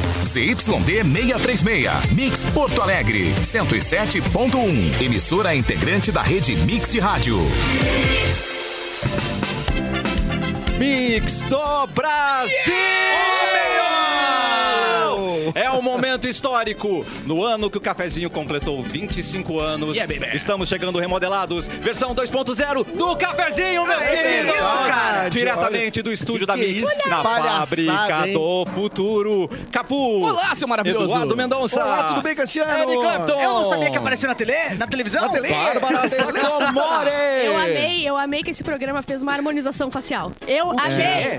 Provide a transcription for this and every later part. ZYD 636. Mix Porto Alegre, 107.1. Emissora integrante da rede Mix de Rádio. Mix do Brasil! O melhor! É um momento histórico. No ano que o cafezinho completou 25 anos, Yeah, baby. estamos chegando remodelados. Versão 2.0 do cafezinho, meus Ah, é queridos! isso, cara? Diretamente do estúdio da que é Mix, isso? na Palhaçada, fábrica hein? do futuro. Capu! Olá, seu maravilhoso! Eduardo Mendonça! Olá, tudo bem, Cassiano? Eric Clapton! Eu não sabia que aparecia na tele, na televisão? Na tele? Bárbara Sacomore! Eu amei, eu amei que esse programa fez uma harmonização facial. Eu amei.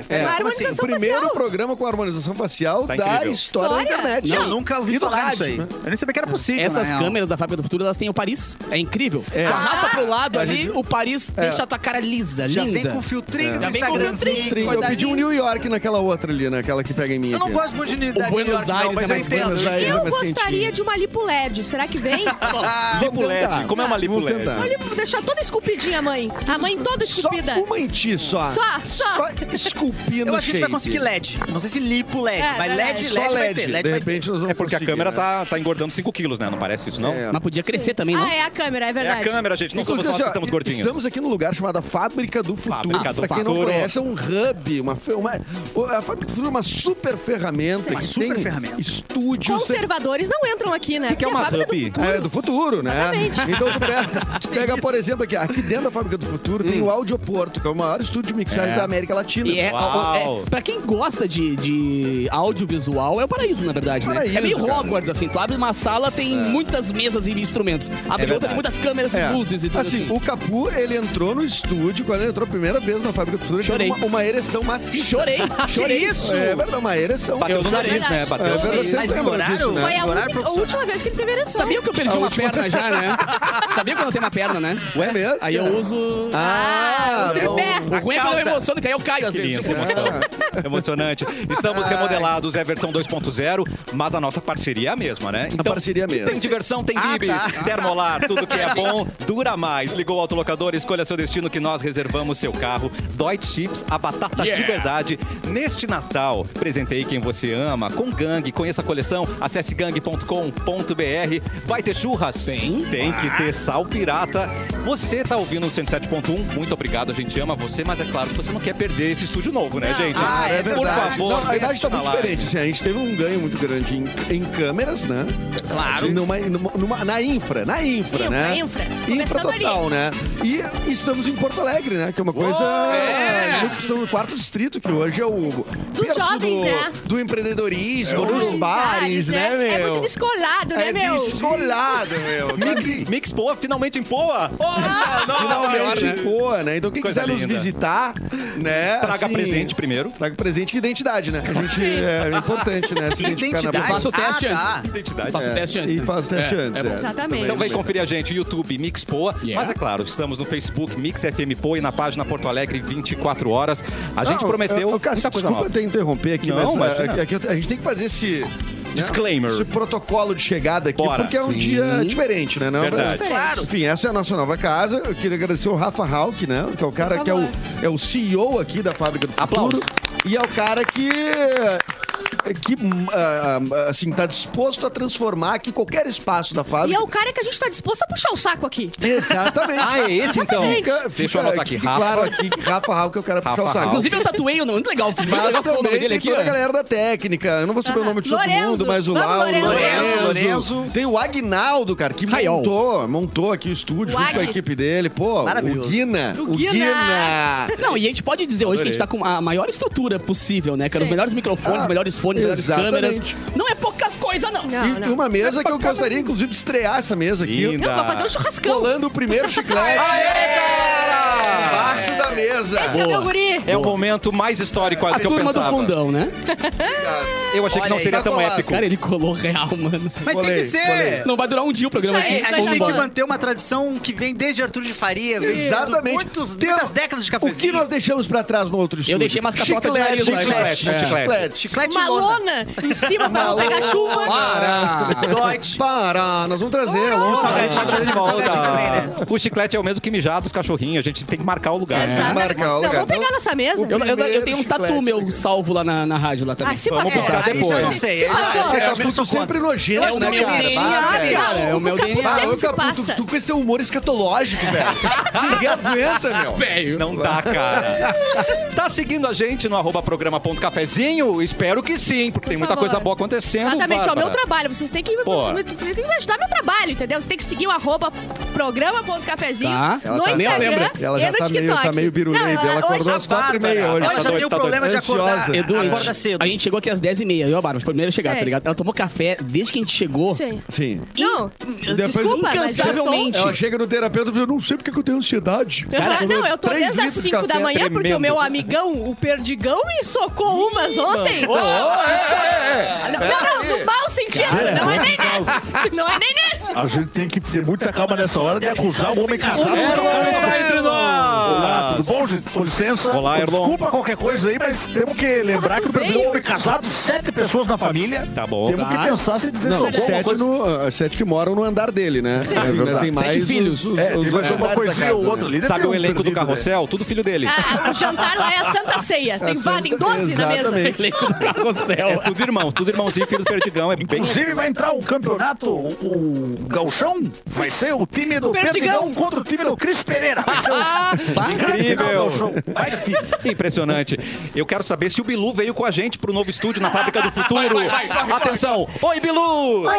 É, uma como assim? harmonização o primeiro facial. programa com harmonização facial Tá da incrível. história, da História? internet. Não, Eu nunca E ouvi do falar rádio, disso aí. né? Eu nem sabia que era possível, na Essas real. câmeras da Fábrica do Futuro, elas têm o Paris. É incrível. É. Tu arrasta pro lado Ah! ali, o Paris deixa a tua cara lisa, Já linda. vem Tá com o filtrinho do Já vem com o Instagramzinho. filtrinho. Trinta, Eu Coisa pedi um linda. New York naquela outra ali, naquela que pega em mim. Eu não aqui. gosto muito de O Buenos Aires mas é eu mais entendo. Buenos Aires. Eu mais gostaria quentinho. de uma lipo LED. Será que vem? Lipo Vamos tentar. LED, como é uma lipo Vamos LED? tentar. Olha, vou deixar toda esculpidinha a mãe. A mãe toda Só esculpida. uma em ti, só. Só, só. esculpindo Eu acho que a gente vai conseguir LED. Não sei se lipo LED, É, mas verdade. LED, LED, é Só LED. vai ter. LED de vai repente ter. nós vamos É porque a conseguir, câmera né? tá, tá engordando 5 quilos, né? Não parece isso, não? É. Mas podia crescer também, né? não? Ah, é a câmera, é É a verdade. câmera, gente. Não somos Inclusive, nós que assim, ó, estamos gordinhos. Estamos aqui num lugar chamado Fábrica do Futuro. Fábrica do pra quem não Futuro. conhece, é um hub. Uma, fe- uma- a Fábrica do Futuro é uma super ferramenta. Uma que super tem ferramenta. Estúdios. tem- Conservadores não entram aqui, né? O que, que é Porque a uma fábrica do hub? É, do futuro, né? Exatamente. Então tu pega, tu pega, por exemplo, aqui, aqui dentro da Fábrica do Futuro tem o Audioporto, que é o maior estúdio de mixagem da América Latina. E Hum. é, Uau. é- pra quem gosta de, de audiovisual, é o paraíso, na verdade, né? Paraíso, é meio cara. Hogwarts, assim. Tu abre uma sala, tem muitas mesas e instrumentos. Abre outra, verdade. tem muitas câmeras É. e luzes e tudo assim, assim. o Capu, ele entrou no estúdio, quando ele entrou a primeira vez na Fábrica do Futuro, ele Chorei. teve uma, uma ereção maciça. Chorei, Ah, chorei. isso? É verdade, uma ereção. Bateu no nariz, verdade. né? É Bateu. verdade, Mas vocês lembram ignoraram? disso, Foi né? a, é Horário única- profissional. a última vez que ele teve ereção. Sabia que eu perdi uma perna já, né? Sabia que eu não tenho uma perna, né? É mesmo? Aí eu cara? uso... Ah, Ah, bom. tripé. O ruim é quando eu cauda. emociono, que aí eu caio às Que vezes. lindo, né? que emoção. É Emocionante. Estamos remodelados, é versão 2.0, mas a nossa parceria é a mesma, né? Então, parceria é a mesma. Tem diversão, tem Ah, ribs, tá. termolar, tudo que é bom dura mais. Ligou o autolocador, escolha seu destino que nós reservamos seu carro. Dói Chips, a batata Yeah. de verdade. Neste Natal, presentei quem você ama com Gang. Conheça a coleção, acesse gang.com.br. Vai ter churras? Tem. Tem que ter sal pirata. Você tá ouvindo o 107.1, muito obrigado, a gente ama você, mas é claro que você não quer perder esse estúdio novo, né, Não. gente? Ah, é Por verdade. favor, Não, a imagem tá investe na muito live. diferente, assim, a gente teve um ganho muito grande em, em câmeras, né? Claro. E Numa, numa- numa- na infra, na infra, Infra, né? infra. Tá Infra Começando total, ali. né? E estamos em Porto Alegre, né? Que é uma coisa... é! no- Estamos no quarto distrito, que hoje é o... Dos jovens, do, né? do empreendedorismo, dos Voluntários, bares, né, meu? É muito descolado, né, É meu? descolado, meu. Tá Mix, Mix Poa, finalmente em Poa! Finalmente, melhor, né? Tá boa, né? Então quem Coisa quiser nos linda. visitar, né? Traga assim, presente primeiro. Traga presente e identidade, né? A gente é, importante, né? Se identificar na Identidade. Faça o teste tá. Ah, antes. Identidade. Faça o teste antes. E né? faz o teste É, antes. é bom. Então é. Exatamente. Então vem conferir a gente, YouTube Mix Poa. Yeah. Mas é claro, estamos no Facebook Mix FM Poa e na página Porto Alegre 24 horas. A gente Não, prometeu eu- eu, Cássio, muita coisa desculpa nova. até interromper aqui, Não, mas imagina. é, é que eu- a gente tem que fazer esse... né, Disclaimer. Esse protocolo de chegada aqui, Bora. porque é um Sim. dia diferente, né? Não, Verdade. Claro. Enfim, essa é a nossa nova casa. Eu queria agradecer o Rafa Hauk, né? Que é o cara Por que é o, favor. é o CEO aqui da Fábrica do Aplausos. Futuro. E é o cara que... Que, ah, ah, assim, tá disposto a transformar aqui qualquer espaço da E é fábrica. o cara que a gente tá disposto a puxar o saco aqui. Exatamente. Ah, é esse então? Fica- Deixa eu anotar aqui. fica Rafa. Claro aqui, Rafa Hauk é o cara que puxa o Rafa saco. Hauk. Inclusive, eu tatuei o nome. Muito legal. Muito Mas legal o nome também dele tem aqui. né? toda a ó. galera da técnica. Eu não vou saber o Aham. nome de todo Ah, Lorenzo. mundo, mas o Vamos, Lau, o Lorenzo. Lorenzo. Lorenzo. Tem o Agnaldo, cara, que Raiol. montou, montou aqui o estúdio O junto com a Agni. equipe dele. Pô, Maravilhoso. o Guina. O O Guina. Guina. Não, e a gente pode dizer hoje que a gente tá com a maior estrutura possível, né? Cara, os Sim. melhores microfones, Ah, melhores fones, melhores exatamente. câmeras. Não é pouca coisa, não. Não, E não. uma mesa que eu gostaria, inclusive, de estrear essa mesa aqui. Linda. Eu vou fazer um churrascão. Colando o primeiro chiclete. Embaixo da mesa. Esse é o meu Boa. guri. É o momento mais histórico A do que eu turma do pensava. fundão, né? Ah, Eu achei que Olha não aí, seria tá tão colado. épico. Cara, ele colou real, mano. Mas tem Colei, que ser. colei. Não vai durar um dia o programa Isso aí, aqui. É, a Vamos gente tem que embora. manter uma tradição que vem desde Arthur de Faria, vem Exatamente. muitos- Tem- muitas décadas de O que cafezinho. nós deixamos pra trás no outro estúdio? deixei umas capotas de chiclete, nariz lá, chiclete, né? chiclete, É. chiclete. Chiclete Uma lona. lona em cima pra não Uma pegar lona. chuva. Para! Deutsch. Para, nós vamos trazer. um Alonso. salgadinho. Ah, de Tá Salgadinho volta. É também, né? O chiclete é o mesmo que mijar dos cachorrinhos, a gente tem que marcar o lugar. Exato. Não, Marca não, aula, não, vamos cara. pegar nossa mesa. O Eu, eu- eu tenho um Primeiro tatu chiclete, meu cara. salvo lá na, na rádio lá também. Ah, se Vamos passou. buscar Aí já depois. não sei. Se aí já- passou. É, eu Caputo sou sempre contra. É nojento, o né, meu cara? DNA, Bah, velho. cara. É o meu Capu DNA. Bah, sempre ô, se Caputo, passa. tu com esse teu humor escatológico, velho. Ninguém aguenta, meu. Velho. Não dá, cara. tá seguindo a gente no arroba programa.cafezinho? Espero que sim, porque Por tem muita favor. coisa boa acontecendo. Exatamente, ó, Bárbara. meu trabalho. Vocês têm que, me- Pô. me- vocês têm que me ajudar meu trabalho, entendeu? Vocês têm que seguir o arroba programa.cafezinho Tá. no Ela tá- nem Instagram lembra. Ela e já no tá TikTok. meio, tá meio Não, biruleibe. ela- Ela acordou hoje- um às quatro e meia Olha, hoje. tá já tem doida, o tá problema de doida. acordar. Ansiosa. Edu, a Acorda gente- cedo. A gente chegou aqui às 10h30, eu, Bárbara, foi a primeira a chegar, Sei. tá ligado? Ela tomou café desde que a gente chegou. Sim. Sim. Não, depois- desculpa, mas eu Incansavelmente. Ela chega no terapeuta e diz, eu não sei porque que eu tenho ansiedade. estou- Cara, não, eu tô três desde as litros de 5 da café, é manhã, porque o tremendo. meu amigão, o Perdigão, me socou umas ontem. é, Ah, não, não, não, no mau sentido, não é nem nesse. Não é nem nesse. A gente tem que ter muita calma nessa hora de acusar o homem casado. Erlon está entre Olá, nós! tudo bom, gente? Com licença. Olá, Erlon. Desculpa qualquer coisa aí, mas temos que lembrar que o Brasil é um homem casado, sete pessoas na família. Tá bom. Temos Tá. que pensar se dizer só alguma Sete, coisa. no, ah, sete que moram no andar dele, né? É, é ainda verdade. Tem Sete mais os- filhos. Os, os É, tem mais dois uma andares da coisinha casa, ou outra né? ali. deve Sabe ter um o elenco do perdido, né? carrossel? Tudo filho dele. Ah, o jantar lá é a Santa Ceia. Tem A vale em Santa- 12 na mesa. Exatamente. É tudo irmão, tudo irmãozinho, filho do Perdigão. É bem Inclusive vai entrar o campeonato, o, o Galchão, vai ser o time do Perdigão. Perdigão. contra o time do Cris Pereira. Vai ser o Incrível. Vai time. impressionante. Eu quero saber se o Bilu veio com a gente pro novo estúdio na Fábrica do Futuro. Atenção! Oi, Bilu!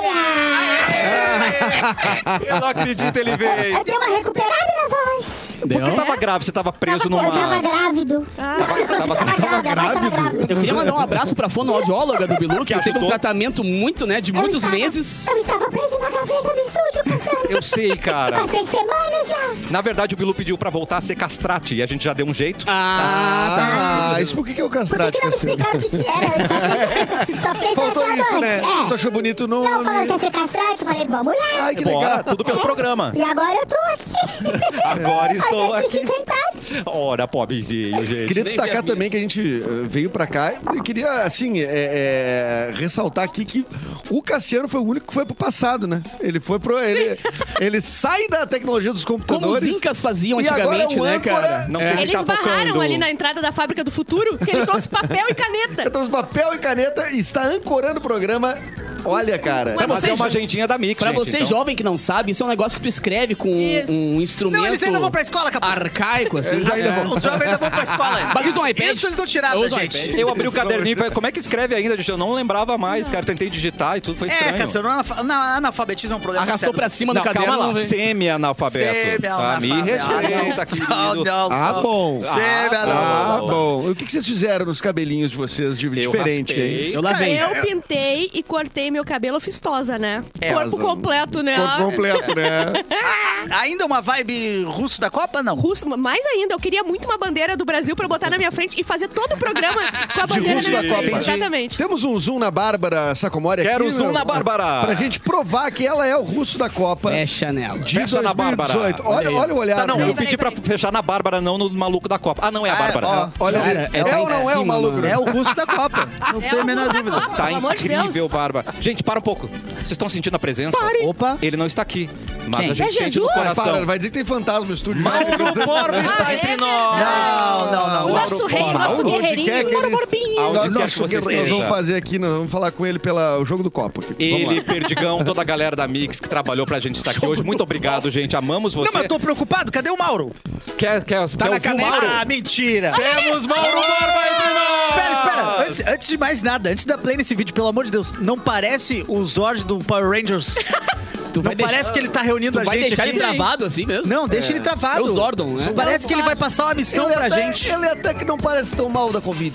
Eu não acredito, ele veio. Eu dei uma recuperada na voz. Deu? Porque tava grave, você É? tava preso Eu tava numa... grávido. Tava, tava, Tava grávida, tava grávida. Eu queria mandar um abraço pra fonoaudióloga do Bilu, que, teve um ajudou. tratamento muito, né, de Eu muitos estava- meses. Eu estava preso na gaveta do estúdio, pensando. eu sei, cara. Passei semanas lá. Na verdade, o Bilu pediu pra voltar a ser castrate e a gente já deu um jeito. Ah, tá. Ah, isso por que que é o Por castrate, que não me um Cassiano? explicaram o que, que era? Eu só, achei- só fiquei Faltou sensacional isso, né? antes. É. Tu achou bonito o Não, falando nome. que ia ser castrante, eu falei, vamos lá. Ai, que Bora, legal. tudo pelo programa. E agora eu tô aqui. Agora estou Fazendo aqui. xixi sentado. Ora, pobrezinho, gente. Queria Nem destacar tinha visto. também que a gente eh, veio pra cá e queria, assim, eh, eh, ressaltar aqui que o Cassiano foi o único que foi pro passado, né? Ele foi pro. Ele, ele sai da tecnologia dos Como os computadores. incas faziam E agora antigamente, o né, âncora- cara? Não sei se Eles tá barraram focando. ali na entrada da fábrica do futuro, que ele trouxe papel e Eu caneta. trouxe papel e caneta e está ancorando o programa. Olha, cara. Mas Mas vocês- é uma agendinha da Mix, Pra gente, você, então. jovem que não sabe, isso é um negócio que tu escreve com Isso. um, um instrumento Não, eles ainda vão pra escola, capô. arcaico, assim. Eles ainda né? vão. Os jovens ainda vão pra escola. Mas usa um iPad. Isso eles não tiraram da Usa um gente. Eu abri o caderninho e falei, como é que escreve ainda, gente? Eu não lembrava mais, cara. Tentei digitar e tudo foi É, estranho. Cassiano, analfa- na- analfabetismo é um problema. Arrastou sério. pra cima Não, do caderno. calma não lá, vem. semi-analfabeto. Tá, me respeita, querido. Ah, bom. Ah, Ah, bom. O que que vocês fizeram nos cabelinhos de vocês de Eu diferente, hein? raspei. Eu lá vem. Eu pintei e cortei meu cabelo fistosa, né? Corpo as- completo, né? Corpo completo, né? Ainda uma vibe russo da Copa? Não. Russo, mais ainda, eu queria muito uma bandeira do Brasil pra botar na minha frente e fazer todo o programa com a bandeira russo na da minha frente. Copa. Exatamente. Temos um zoom na Bárbara Sacomori aqui. Quero um o zoom na Bárbara. Pra gente provar que ela é o russo da Copa Fecha nela. de fecha na 2018. Bárbara. Olha, olha o olhar. Tá, não, eu dela. Peraí, pedi pra peraí, peraí. fechar na Bárbara, não no maluco da Copa. Ah, não, é a Ah, é, Bárbara. Olha ali. Cara, É, é lá ou em não é o cima, maluco? mano. É o russo da Copa. Não É tem a o menor russo da dúvida. Copa. Tá Pelo amor de incrível, Deus. Bárbara. Gente, para um pouco. Vocês estão sentindo a presença? Opa. Ele não está aqui, mas Quem? a gente É sente no Jesus? Ah, para, coração. vai dizer que tem fantasma no estúdio. Mauro Borba Ah, está é, entre né? nós. Não, não, não. O Mauro nosso rei, Borba. nosso Onde guerreirinho. quer que Mauro ele- Borbinho. Aonde quer que Nosso você guerreiro. Nós esteja. vamos fazer aqui, nós vamos falar com ele pelo jogo do Copo. Aqui. Vamos lá. Ele, Perdigão, toda a galera da Mix que trabalhou pra gente estar aqui hoje. Muito obrigado, gente. Amamos você. Não, mas eu tô preocupado. Cadê o Mauro? Quer, quer, quer na ouvir É o caneca. Mauro? Ah, mentira. Temos Mauro Borba entre nós! Espera, espera. Antes, antes de mais nada, antes da play nesse vídeo, pelo amor de Deus, não parece o Zord do Power Rangers. Tu Não vai deixar, parece que ele tá reunindo tu a vai gente deixar aqui. né? ele travado assim mesmo? Não, deixa ele travado. É o Zordon, né? Parece que ele vai passar uma missão pra até, gente. ele até que não parece tão mal da Covid.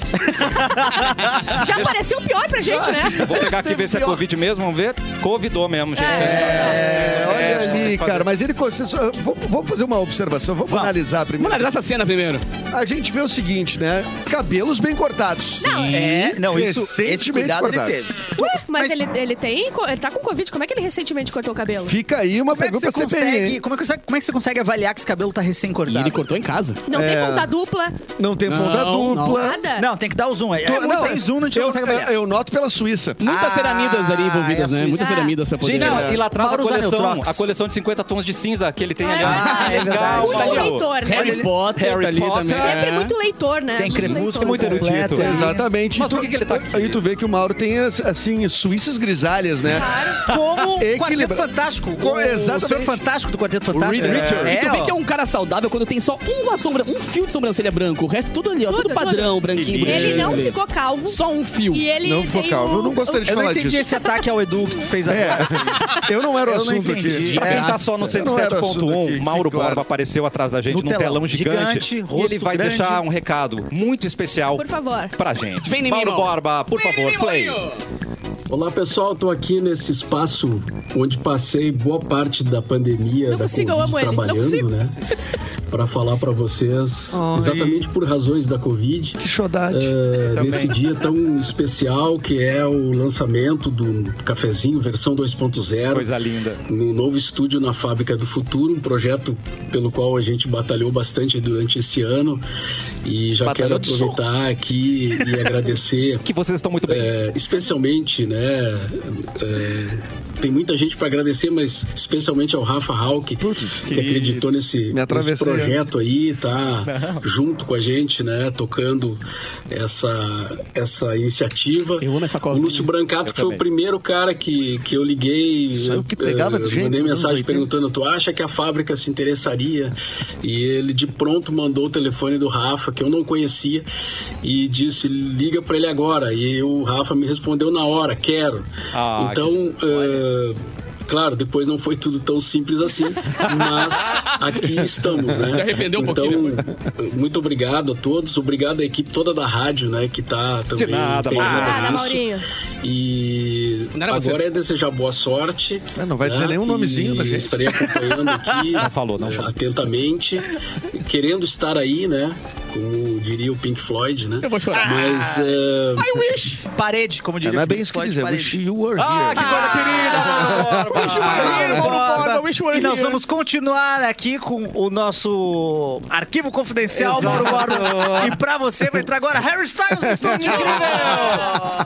Já apareceu pior pra gente, né? Vou pegar aqui e ver se é Pior. Covid mesmo, vamos ver. Covidou mesmo, gente. É. É, olha É, ali, vamos fazer. cara. Mas ele. consiste- só- Vamos, vamos fazer uma observação, vamos, analisar Vamos primeiro. analisar essa cena primeiro. A gente vê o seguinte, né? Cabelos bem cortados. Não, Sim. É, não, isso, esse Recentemente é cuidado ele cortado. teve. Ué, mas, Mas- ele, ele tem. co- Ele tá com Covid. Como é que ele recentemente cortou o cabelo? cabelo. Fica aí uma Como é, que pergunta você pra CPI. consegue, hein? como, é que você, como é que você consegue avaliar que esse cabelo tá E ele recém-cortado? cortou em casa. Não tem ponta dupla, Não tem Não, ponta não. dupla. nada. Não, tem que dar o zoom. É, Tu- sem zoom não te eu, é, consegue avaliar. eu, eu noto pela Suíça. Muitas Ah, ceramidas ali envolvidas, é a né? Muitas Suíça. ceramidas pra poder... Gente, Não, e lá atrás a para usar coleção, neutrons. a coleção de 50 tons de cinza que ele tem ali. É Ah, verdade. é verdade. legal, Muito Malu. leitor, né? Harry Potter Harry tá ali Potter. também. Sempre é. muito leitor, né? Tem Muito crepúsculo, leitor. muito erudito. completo, é. Exatamente. Mas E por tu- que que ele tá aqui? Aí tu vê que o Mauro tem, as- assim, suíças grisalhas, né? Como o Quarteto Equilibra- Fantástico. Co- O, exatamente. o senhor fantástico do Quarteto Fantástico. Reed Richards. Então, É, Tu vê ó. que é um cara saudável quando tem só uma sombra, um fio de sobrancelha branco. O resto é tudo ali, ó. Tudo, Tudo, padrão, tudo. branquinho, Ele bonitinho. Ele não ali. ficou calvo. é Só um fio. E ele Não ficou tem um- calvo. o- Eu não gostaria de Eu não falar entendi disso. esse ataque ao Edu que tu fez agora. É, eu não era o Eu não assunto entendi. aqui. É. Pra quem tá só no Graça. Eu não era assunto aqui, 107.1, Mauro claro. Borba apareceu atrás da gente No num telão, telão gigante. gigante, e rosto ele vai grande. deixar um recado muito especial Por favor. pra gente. Vem em mim, Mauro Mauro. Borba, por favor, play. Olá pessoal, estou aqui nesse espaço onde passei boa parte da pandemia Não da consigo, eu Covid amo ele, não trabalhando, consigo. né? Para falar para vocês Ai. exatamente por razões da Covid. Que saudade. eh, nesse dia tão especial que é o lançamento do cafezinho versão 2.0 Coisa linda. no novo estúdio na Fábrica do Futuro, um projeto pelo qual a gente batalhou bastante durante esse ano. E já Batalhou de quero aproveitar aqui e agradecer Que vocês estão muito bem. é, especialmente, né? é, tem muita gente para agradecer, mas especialmente ao Rafa Hauck, que acreditou nesse, me atravessei nesse projeto aí, tá junto com a gente, né? Tocando essa, essa iniciativa. Eu amo essa o colinha. Lúcio Brancato foi também. o primeiro cara que, que eu liguei. Saiu que pegava de eh, gente né? Mandei nos anos mensagem 80. perguntando: tu acha que a fábrica se interessaria? E ele de pronto mandou o telefone do Rafa, que eu não conhecia, e disse: liga pra ele agora. E o Rafa me respondeu na hora: quero. Ah, então. eh, Claro, depois não foi tudo tão simples assim, mas aqui estamos, né? Se arrependeu um então, pouquinho muito obrigado a todos, obrigado à equipe toda da rádio, né, que tá também nada, Maurinho. De nada, empenhada nisso. Maurinho. E Não era agora vocês. é desejar boa sorte. É, não vai dizer nenhum nomezinho E da gente. Estarei acompanhando aqui Não falou, não eh, falou. atentamente, querendo estar aí, né? Como diria o Pink Floyd, né? Eu vou chorar. Mas eh, I wish! Parede, como diria Não é o Pink bem isso que Floyd, dizer. parede. Wish you were Ah, here. que coisa Ah, querida! Mauro Borba. Maria, Mauro Borba. Borba, wish you were E nós here. vamos continuar aqui com o nosso arquivo confidencial, Mauro Borba. E pra você vai entrar agora Harry Styles no estúdio.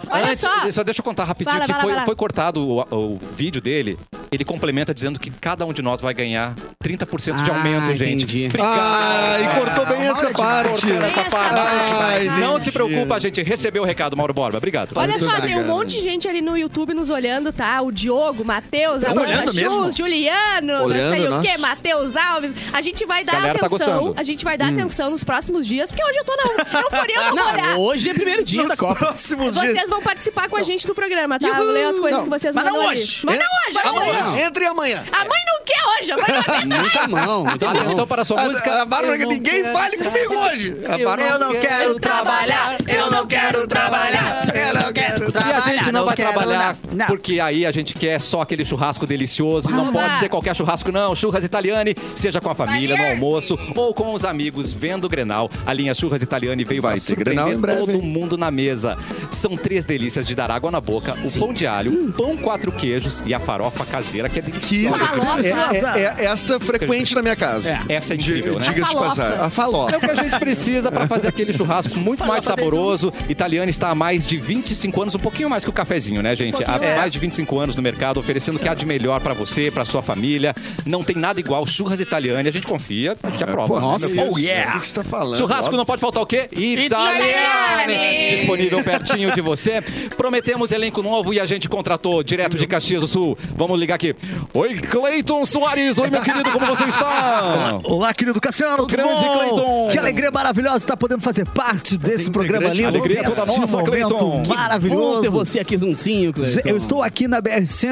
Olha Antes, Ah, é só. só deixa eu contar rapidinho Fala, que fala, foi, fala. foi cortado o, o vídeo dele. Ele complementa dizendo que cada um de nós vai ganhar 30% de Ah, aumento, entendi. gente. Ah, e cortou bem essa parte. Essa Essa parte. parte. Ai, Não entendi. se preocupa, a gente recebeu o recado, Mauro Borba. Obrigado. Olha só, tem obrigado. um monte de gente ali no YouTube nos olhando, tá? O Diogo, Matheus, Vocês tão Amanda olhando mesmo? Chus, Juliano, Olhando, não sei o nossa. quê, Matheus Alves. A gente vai dar Galera tá atenção. gostando. a gente vai dar atenção nos próximos dias, porque hoje eu tô na euforia, eu não vou olhar. Não, hoje é primeiro dia da Copa. próximos Vocês vão participar com a gente do programa, tá? Vou ler as coisas que vocês Mas não mandam ali. hoje. Mas É? não hoje! a mãe- Amanhã. Entre amanhã. A mãe não quer hoje, a mãe não quer. Muita mão, muita Atenção mão. para a sua música. A, a Bárbara, Eu não ninguém quero- fale comigo hoje. A Bárbara Eu não quero trabalhar, eu não quero trabalhar, eu não quero E a trabalhar. gente não vai quero, trabalhar, não. porque aí a gente quer só aquele churrasco delicioso. Não Oba! pode ser qualquer churrasco, não. Churras Italiane, seja com a família, no almoço ou com os amigos, vendo o Grenal. A linha Churras Italiane veio Vai para ter surpreender Grenal em breve, todo hein? mundo na mesa. São três delícias de dar água na boca, o pão de alho, o pão quatro queijos e a farofa caseira, que é Que deliciosa. Falofa. é, é, é esta frequente na minha casa. É. Essa é incrível, né? Diga de Falofa. passar. A É o falofa. que a gente precisa para fazer aquele churrasco muito mais saboroso. Italiano está há mais de 25 anos, um pouquinho mais que o cafezinho, né, gente? há mais de 25 anos no mercado, oferecendo o que há de melhor para você, para sua família. Não tem nada igual churras italiane. A gente confia, a gente aprova. Pô, Nossa. isso. Oh, yeah. O que que você tá falando? Churrasco não pode faltar o quê? Italiane! Italiane! Disponível pertinho de você. Prometemos elenco novo e a gente contratou direto de Caxias do Sul. Vamos ligar aqui. Oi, Cleiton Soares. Oi, meu querido, como você está? Olá, querido Cassiano. tudo Grande bom? Cleiton. Que alegria maravilhosa estar podendo fazer parte desse programa integrante. lindo. Alegria desse toda nossa, momento Cleiton. Que Bom ter Maravilhoso. você aqui juntinho, Cleiton. Eu estou aqui na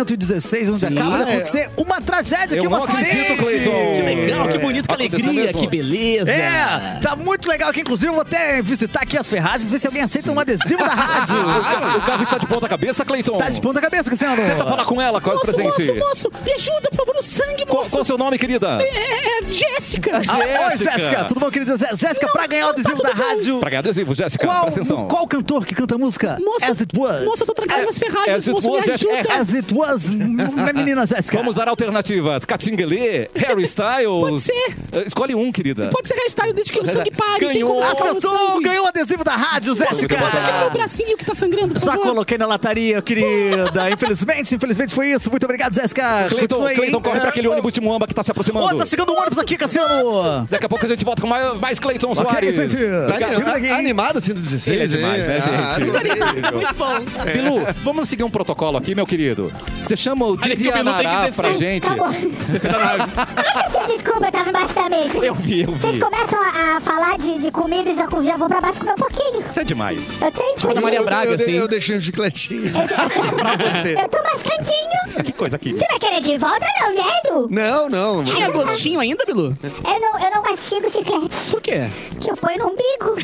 BR-116, onde acaba de Ah, é. acontecer uma tragédia Eu que é um não acidente. acredito, Cleiton. É, Que legal, que bonito, que Aconteceu alegria, mesmo. que beleza. É, tá muito legal aqui. Inclusive, eu vou até visitar aqui as ferragens, ver se alguém aceita um adesivo da rádio. Ah, O carro está de ponta cabeça, Cleiton. Tá de ponta cabeça, Cassiano. Tenta falar com ela, quase presença. aí. moço, me ajuda, por favor, no sangue, Qual, qual moço. o seu nome, querida? É, é, Jéssica. É, Ah, Oi, Jéssica. Jéssica. Tudo bom, querida? Zé- Jéssica, pra ganhar o adesivo da rádio. Pra ganhar adesivo, Jéssica, Qual, presta atenção. qual cantor que canta a música? Moça, As It Was. moça, eu tô trancado nas Ferraris, as it moço, me was, yes, ajuda. é. As It Was, minha menina é? Jéssica. Vamos dar alternativas. Catinguelê, Harry Styles. Pode ser. Eh, Escolhe um, querida. Pode ser hashtag desde que o sangue pare. tem Ganhou. como colocar no Acertou, sangue. ganhou o adesivo da rádio, Jéssica. botar Cadê meu bracinho que tá sangrando, por Já favor? coloquei na lataria, querida. Infelizmente, infelizmente foi isso. Muito obrigado, Jéssica. Cleiton, Continua aí, Cleiton, hein? corre pra aquele ônibus de Muamba que tá se aproximando. Ô, tá chegando um ônibus aqui, Cassiano. Daqui a pouco a gente volta com mais, mais Cleiton Ok, Soares. gente. Tá Cassiano aqui. animado assim do 16, Ele é demais, hein? né, gente? adorei. Muito bom. Bilu, vamos seguir um protocolo aqui, meu querido. Você chama o que o Bilu tem que um Didianará descer. pra gente. Tá bom. Ah, você desculpa, eu tava embaixo da mesa. Eu vi, eu Vocês vi. começam a, a falar de, de comida e já, já vou pra baixo comer um pouquinho. Isso é demais. Eu tenho um Ana Maria eu, Braga, eu, assim. eu, eu deixei um chicletinho pra você. eu tô mascandinho. Que coisa aqui. Você vai querer de volta, não, né, Edu? Não, não. Tinha gostinho ainda, Bilu? Eu não, eu não mastigo chiclete, Por quê? que eu ponho no umbigo.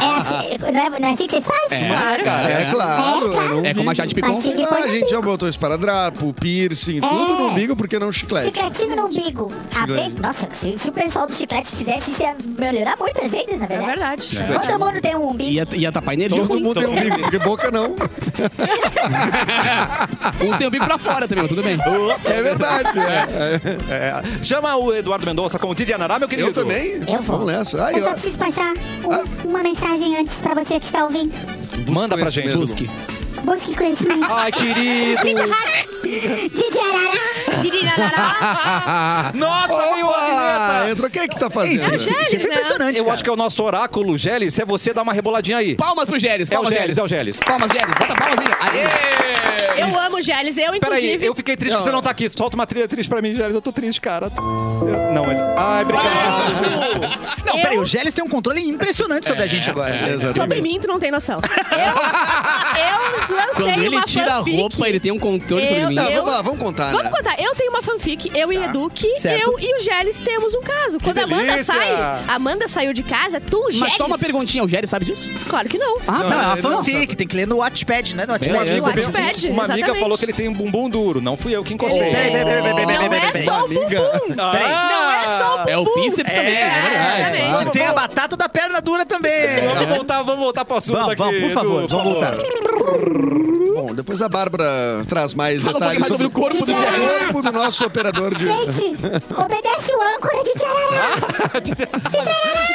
é assim, não, é, não é assim que vocês fazem? Claro. É claro. eu não É como a vi. Jade Picon. Mastiga e Ah, põe a no gente umbigo. já botou esparadrapo, piercing, tudo no umbigo, porque não chiclete? Chicletinho no umbigo. A ve- Nossa, se, se o pessoal do chiclete fizesse, isso ia melhorar muitas vezes, na É verdade. verdade. Todo mundo tem um umbigo. Ia, ia tapar energia. Todo ruim. mundo tem umbigo, porque boca não. Uns tem o bico pra fora também, mas tudo bem. É verdade. é. É, chama o Eduardo Mendonça com o Didianará, meu querido. Eu também? Eu vou. Vamos nessa. Aí, Eu só ó. preciso passar um- uma mensagem antes pra você que está ouvindo. Manda pra gente. Busque. Busque. Busque conhecimento. Ai, querido. tá. Didi Arará. Dirirarará. Nossa, veio a Opa! vinheta. Entrou. Quem é que tá fazendo? É o Gélis, né? Impressionante, Eu cara. acho que é o nosso oráculo, Geles. Se é você, dá uma reboladinha aí. Palmas pro Gélis. É o palmas, Gélis, é o Gélis. Palmas, Gélis. Bota palmas aí. Aê! Eu amo Gélis, eu Peraí, inclusive. eu fiquei triste que você não tá aqui. Solta uma trilha triste pra mim, Gélis. Eu tô triste, cara. Eu- Não, ele... Ai, obrigado. Não, Eu- peraí, o Gélis tem um controle impressionante sobre a gente agora. É, Sobre mim, tu não tem noção. Eu, eu lancei Quando ele uma tira a fanfic. roupa, ele tem um controle sobre Eu- mim. Não, Eu- vamos lá, vamos contar, Vamos né? contar. Eu tenho uma fanfic, eu e Edu, que Certo. eu e o Gélis temos um caso. Quando a Amanda delícia! sai, a Amanda saiu de casa, tu, Gélis... Mas só uma perguntinha, o Gélis sabe disso? Claro que não. Ah, Não, é uma ele não fanfic, tem que ler no Wattpad, né? No Um Wattpad. Beleza. amigo Pede, meu- pede, uma amiga exatamente. falou que ele tem um bumbum duro. Não fui eu que encostei. Ah! Peraí, peraí, peraí, peraí, peraí, Não peraí, é peraí. só o Amiga. bumbum. Não é só o bumbum. É o bíceps também, é verdade. exatamente. E tem a batata da perna dura também. Vamos voltar, vamos voltar pro assunto né? Vamos, aqui. vamos, por favor, Edu, vamos voltar. Bom, depois a Bárbara traz mais Fala um pouquinho detalhes mais sobre o corpo é do Gélis. o corpo do nosso operador de... Gente, obedece o âncora de Arará.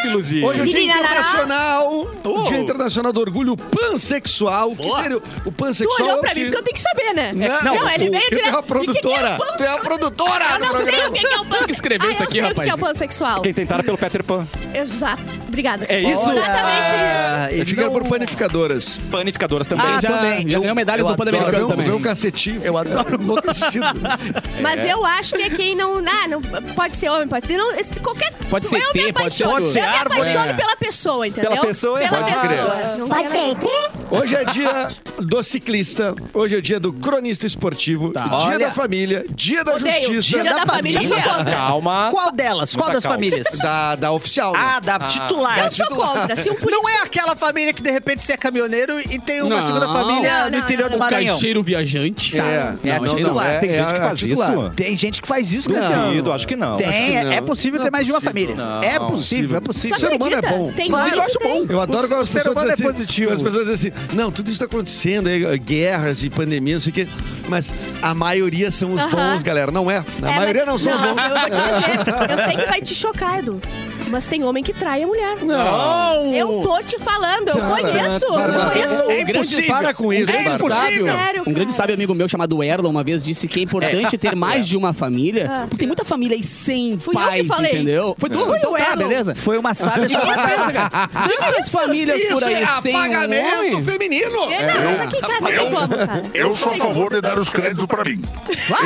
Biluzinho. Hoje é o Dia Tirirará. Internacional, Oh. Dia Internacional do Orgulho Pansexual. Que seria o- o Tu pansexual olhou pra que... mim, porque eu tenho que saber, né? Não, não ele veio Tu é direto. a produtora. E o que que é o pan- Tu é a produtora Eu do não sei o programa. que que é o pansexual. que escrever isso aqui, ah, eu sei rapaz. o que é o pansexual. Quem tentara pelo Peter Pan. Exato. Obrigada. É isso? Ah, Exatamente isso. Eu cheguei por panificadoras. Panificadoras também. Ah, já, também. já Eu- ganhou medalhas eu no adoro. Pan-Americano Vamos ver também. um cacetinho. Eu adoro. Enlouquecido. Mas eu acho que é quem não. Ah, não pode ser homem, pode ser. Não, esse- qualquer, Pode ser eu me T, pode ser apaixono. tudo. Pode ser Eu me árvore. apaixono É. pela pessoa, entendeu? Pela pessoa, é. Pela Pode pessoa. crer. Não Pode quero- ser ET? Hoje é dia do ciclista, hoje é dia do cronista esportivo, dia Olha. da família, dia da Odeio. justiça, Dia da, da família, eu sou família? contra. Calma. Qual delas? Qual Muita das calma. famílias? da, da oficial. né? Ah, da titular. Eu sou contra. Se um político Não é aquela família que de repente você é caminhoneiro e tem uma Não. segunda família Não, no não, interior não. do Maranhão. Um Caixeiro viajante. É. É a isso aí titular. Tem É, gente é que a faz titular. isso. Tem gente que faz isso, Cassiano. Duvido, acho que não. Tem, não. é, é possível Não ter é mais de uma possível. família. é não possível, é possível. O ser humano é acredita? bom. Tem Claro, gente eu acho que tem. bom. Eu adoro O- quando as o ser pessoas humano dizem é assim- positivo. As pessoas dizem assim, não, tudo isso está acontecendo, aí, guerras e pandemia, não sei o quê. Mas a maioria são os Aham. bons, galera. Não é. A É, maioria não mas- são os bons. Eu vou te dizer, eu sei que vai te chocar, Edu. Mas tem homem que trai a mulher. Não. Eu tô te falando, eu conheço. Eu Bárbara, conheço. é impossível. Para com isso, É hein, Bárbara. impossível. Sério, um cara. grande sábio amigo meu chamado Erlon uma vez disse que é importante ter mais de uma família, Ah. porque tem muita família aí sem Fui eu que pais, falei. entendeu? Foi tu? Foi então o tá, Erlon. beleza. Foi uma sábia é chamada. Quantas famílias por Isso aí é sem um apagamento homem? feminino. É, não, isso aqui, cara, não tem como, cara. Eu sou a favor de dar os créditos pra mim.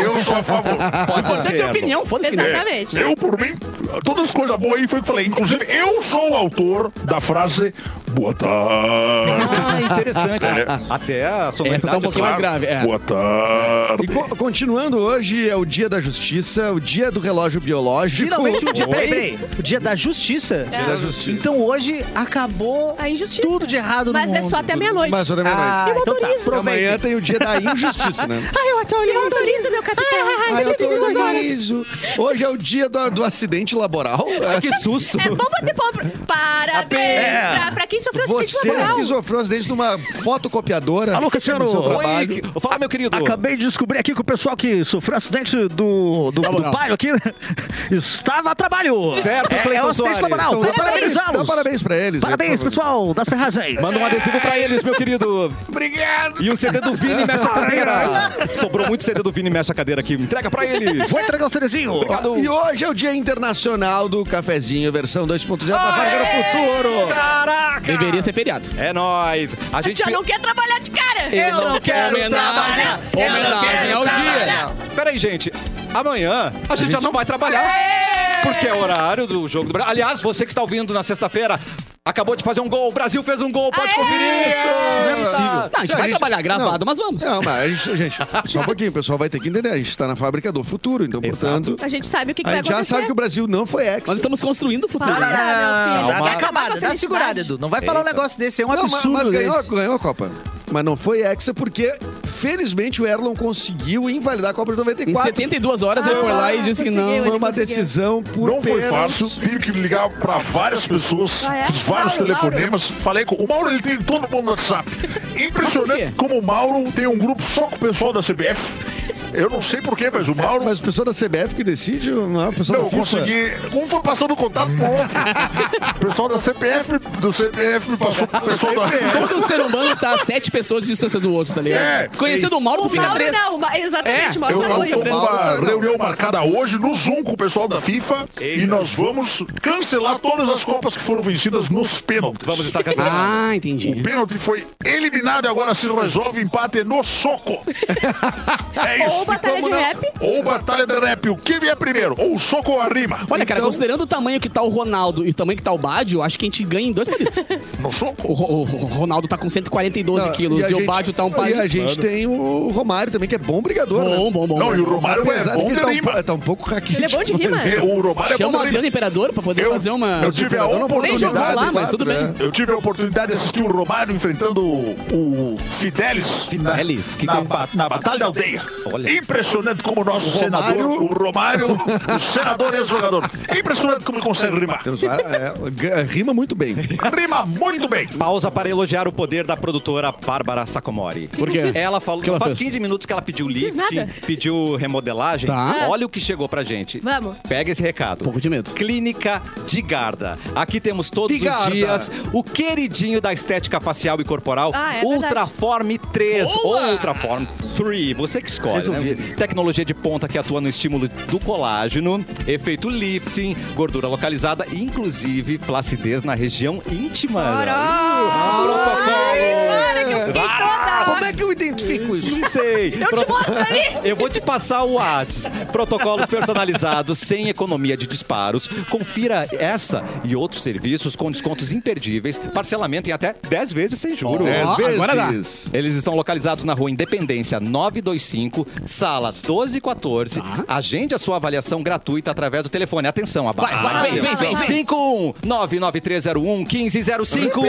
Eu sou a favor. O importante é a opinião, foda-se. que não. Exatamente. Eu, por mim, todas as coisas boas aí foi o que falei. Inclusive, eu sou o autor da frase Boa tarde. Ah, interessante. Até a Essa tá um sonoridade. pouquinho mais grave. É. Boa E tarde. co- continuando, hoje é o dia da justiça, o dia do relógio biológico. Finalmente o dia. Peraí, peraí. O dia da justiça? Dia da justiça. Então hoje acabou A injustiça. tudo de errado no Mas mundo. é só até meia-noite. Mas eu também Ah, noite. então tá. Amanhã Aproveita. tem o dia da injustiça, né? Ah, eu até olhei. Eu autorizo, meu capitão. Ah, eu tô 72 horas. liso. Hoje é o dia do, do acidente laboral. Ah, Que susto. É bom bater palma. pra- Parabéns É. pra, pra quem sofreu acidente Você laboral. que sofreu um acidente numa fotocopiadora. Alô, Cristiano. do seu Oi, trabalho. Oi, fala, meu querido. Acabei de descobrir aqui que o pessoal que sofreu acidente do, do, Tá do palho aqui né, estava a trabalho. Certo, é, é Cleiton um acidente Soares. laboral. Então, dá Vamos parabéns, dá parabenizá-los. parabéns pra eles. né, Parabéns, por favor. pessoal, das ferragens. Manda um adesivo pra eles, meu querido. Obrigado. E o CD do Vini mexe a cadeira. Sobrou muito CD do Vini mexe a cadeira aqui. Entrega pra eles. Vou entregar o cerezinho. Obrigado. E hoje é o Dia Internacional do Cafezinho, versão 2.0 da Vaga no Futuro. Deveria ser feriado. É nóis. A gente. Já não quer trabalhar de cara. Eu não quero trabalhar. Homenagem ao dia. Peraí, gente. Amanhã a gente já não vai trabalhar. Porque é horário do jogo do Brasil. Aliás, você que está ouvindo na sexta-feira. Acabou de fazer um gol, o Brasil fez um gol, pode conferir isso! Não é possível. Não, a gente vai trabalhar gravado, Ah, não. mas vamos. Não, mas a gente, gente, só um pouquinho, o pessoal vai ter que entender. A gente está na fábrica do futuro, então, portanto, A gente sabe o que, que a vai gente já acontecer. sabe que o Brasil não foi ex. Nós estamos construindo o futuro. Para, Não, não, não, não, não. Dá, Calma. dá acabada, dá Felicidade. segurada, Edu. Não vai falar um negócio desse, é um Não, mas, absurdo. mas ganhou, desse. ganhou a Copa. Mas não foi hexa porque, felizmente, o Erlon conseguiu invalidar a Copa de Em 94. 72 horas Ah, ele foi lá e disse que conseguiu. não. Foi uma conseguiu. decisão por Não foi pênalti. fácil, tive que ligar pra várias pessoas, Ah, é? fiz vários Mauro, telefonemas, falei com o Mauro, ele tem todo mundo no WhatsApp. Impressionante Por quê? como o Mauro tem um grupo só com o pessoal da CBF. Eu não sei porquê, mas o Mauro. Mas o pessoal da CBF que decide, não é o pessoal Não, da eu FIFA. consegui. Um foi passando contato pro outro. O pessoal da CPF, do CPF me passou pro pessoal da. Então, Todo ser humano tá a sete pessoas de distância do outro, tá ligado? É, Conhecendo o Mauro, tu O fica Mauro três. não, ma- exatamente, É. o Mauro Eu, falou eu tô com isso. uma reunião marcada hoje no Zoom com o pessoal da FIFA e nós vamos cancelar todas as Copas que foram vencidas nos pênaltis. Vamos estar cancelando. Ah, O entendi. pênalti foi eliminado e agora se resolve empate no soco. É isso. Ou batalha tá, de Como não? rap. Ou batalha de rap. O que vier primeiro? Ou o soco ou a rima? Olha, cara, considerando o tamanho que tá o Ronaldo e o tamanho que tá o Badio, acho que a gente ganha em dois palitos. No soco? O, Ro- o Ro- Ronaldo tá com 142 Ah, quilos a e, o gente- Badio tá um palito. E a gente tem o Romário também, que é bom brigador, Bom, né? bom, bom. Não, e o Romário é Apesar de que bom de ele tá um, rima. po- tá um pouco raquítico. Ele é bom de rir, mano. E O Romário Chama o é bom de rima. Adriano Imperador pra poder Eu- fazer uma... eu tive a Nem jogou lá, oportunidade. mas tudo bem. É. Eu tive a oportunidade de assistir o Romário enfrentando o o Fidelis, tipo, Fidelis? na, Que na, é? que- ba- na Batalha da Aldeia. Impressionante como o nosso senador, o Romário, o senador e o jogador. Impressionante como ele consegue rimar. Temos várias- é, g- rima muito bem. Rima muito bem. Pausa para elogiar o poder da produtora Bárbara Sacomori. Por quê? Ela falou que ela faz fez? 15 minutos que ela pediu lifting, nada. pediu remodelagem. Tá. Olha o que chegou pra gente. Vamos. Pega esse recado. Pouco de medo. Clínica de Garda. Aqui temos todos De Garda. os dias o queridinho da estética facial e corporal, Ah, é Ultraform 3 Boa! ou Ultraform 3, você que escolhe. Né? Tecnologia de ponta que atua no estímulo do colágeno, efeito lifting, gordura localizada e inclusive flacidez na região íntima. Como é que eu identifico isso? Não sei. Eu te Pro- mostro ali. Eu vou te passar o Whats. Protocolos personalizados, sem economia de disparos. Confira essa e outros serviços com descontos imperdíveis, parcelamento em até 10 vezes sem juros. Dez vezes. agora dá. Eles estão localizados na rua Independência 925, sala 1214. Tá. Agende a sua avaliação gratuita através do telefone. Atenção, um, abaixo. Vai, vai, vem, vem, vem, vem. 5199301 1505.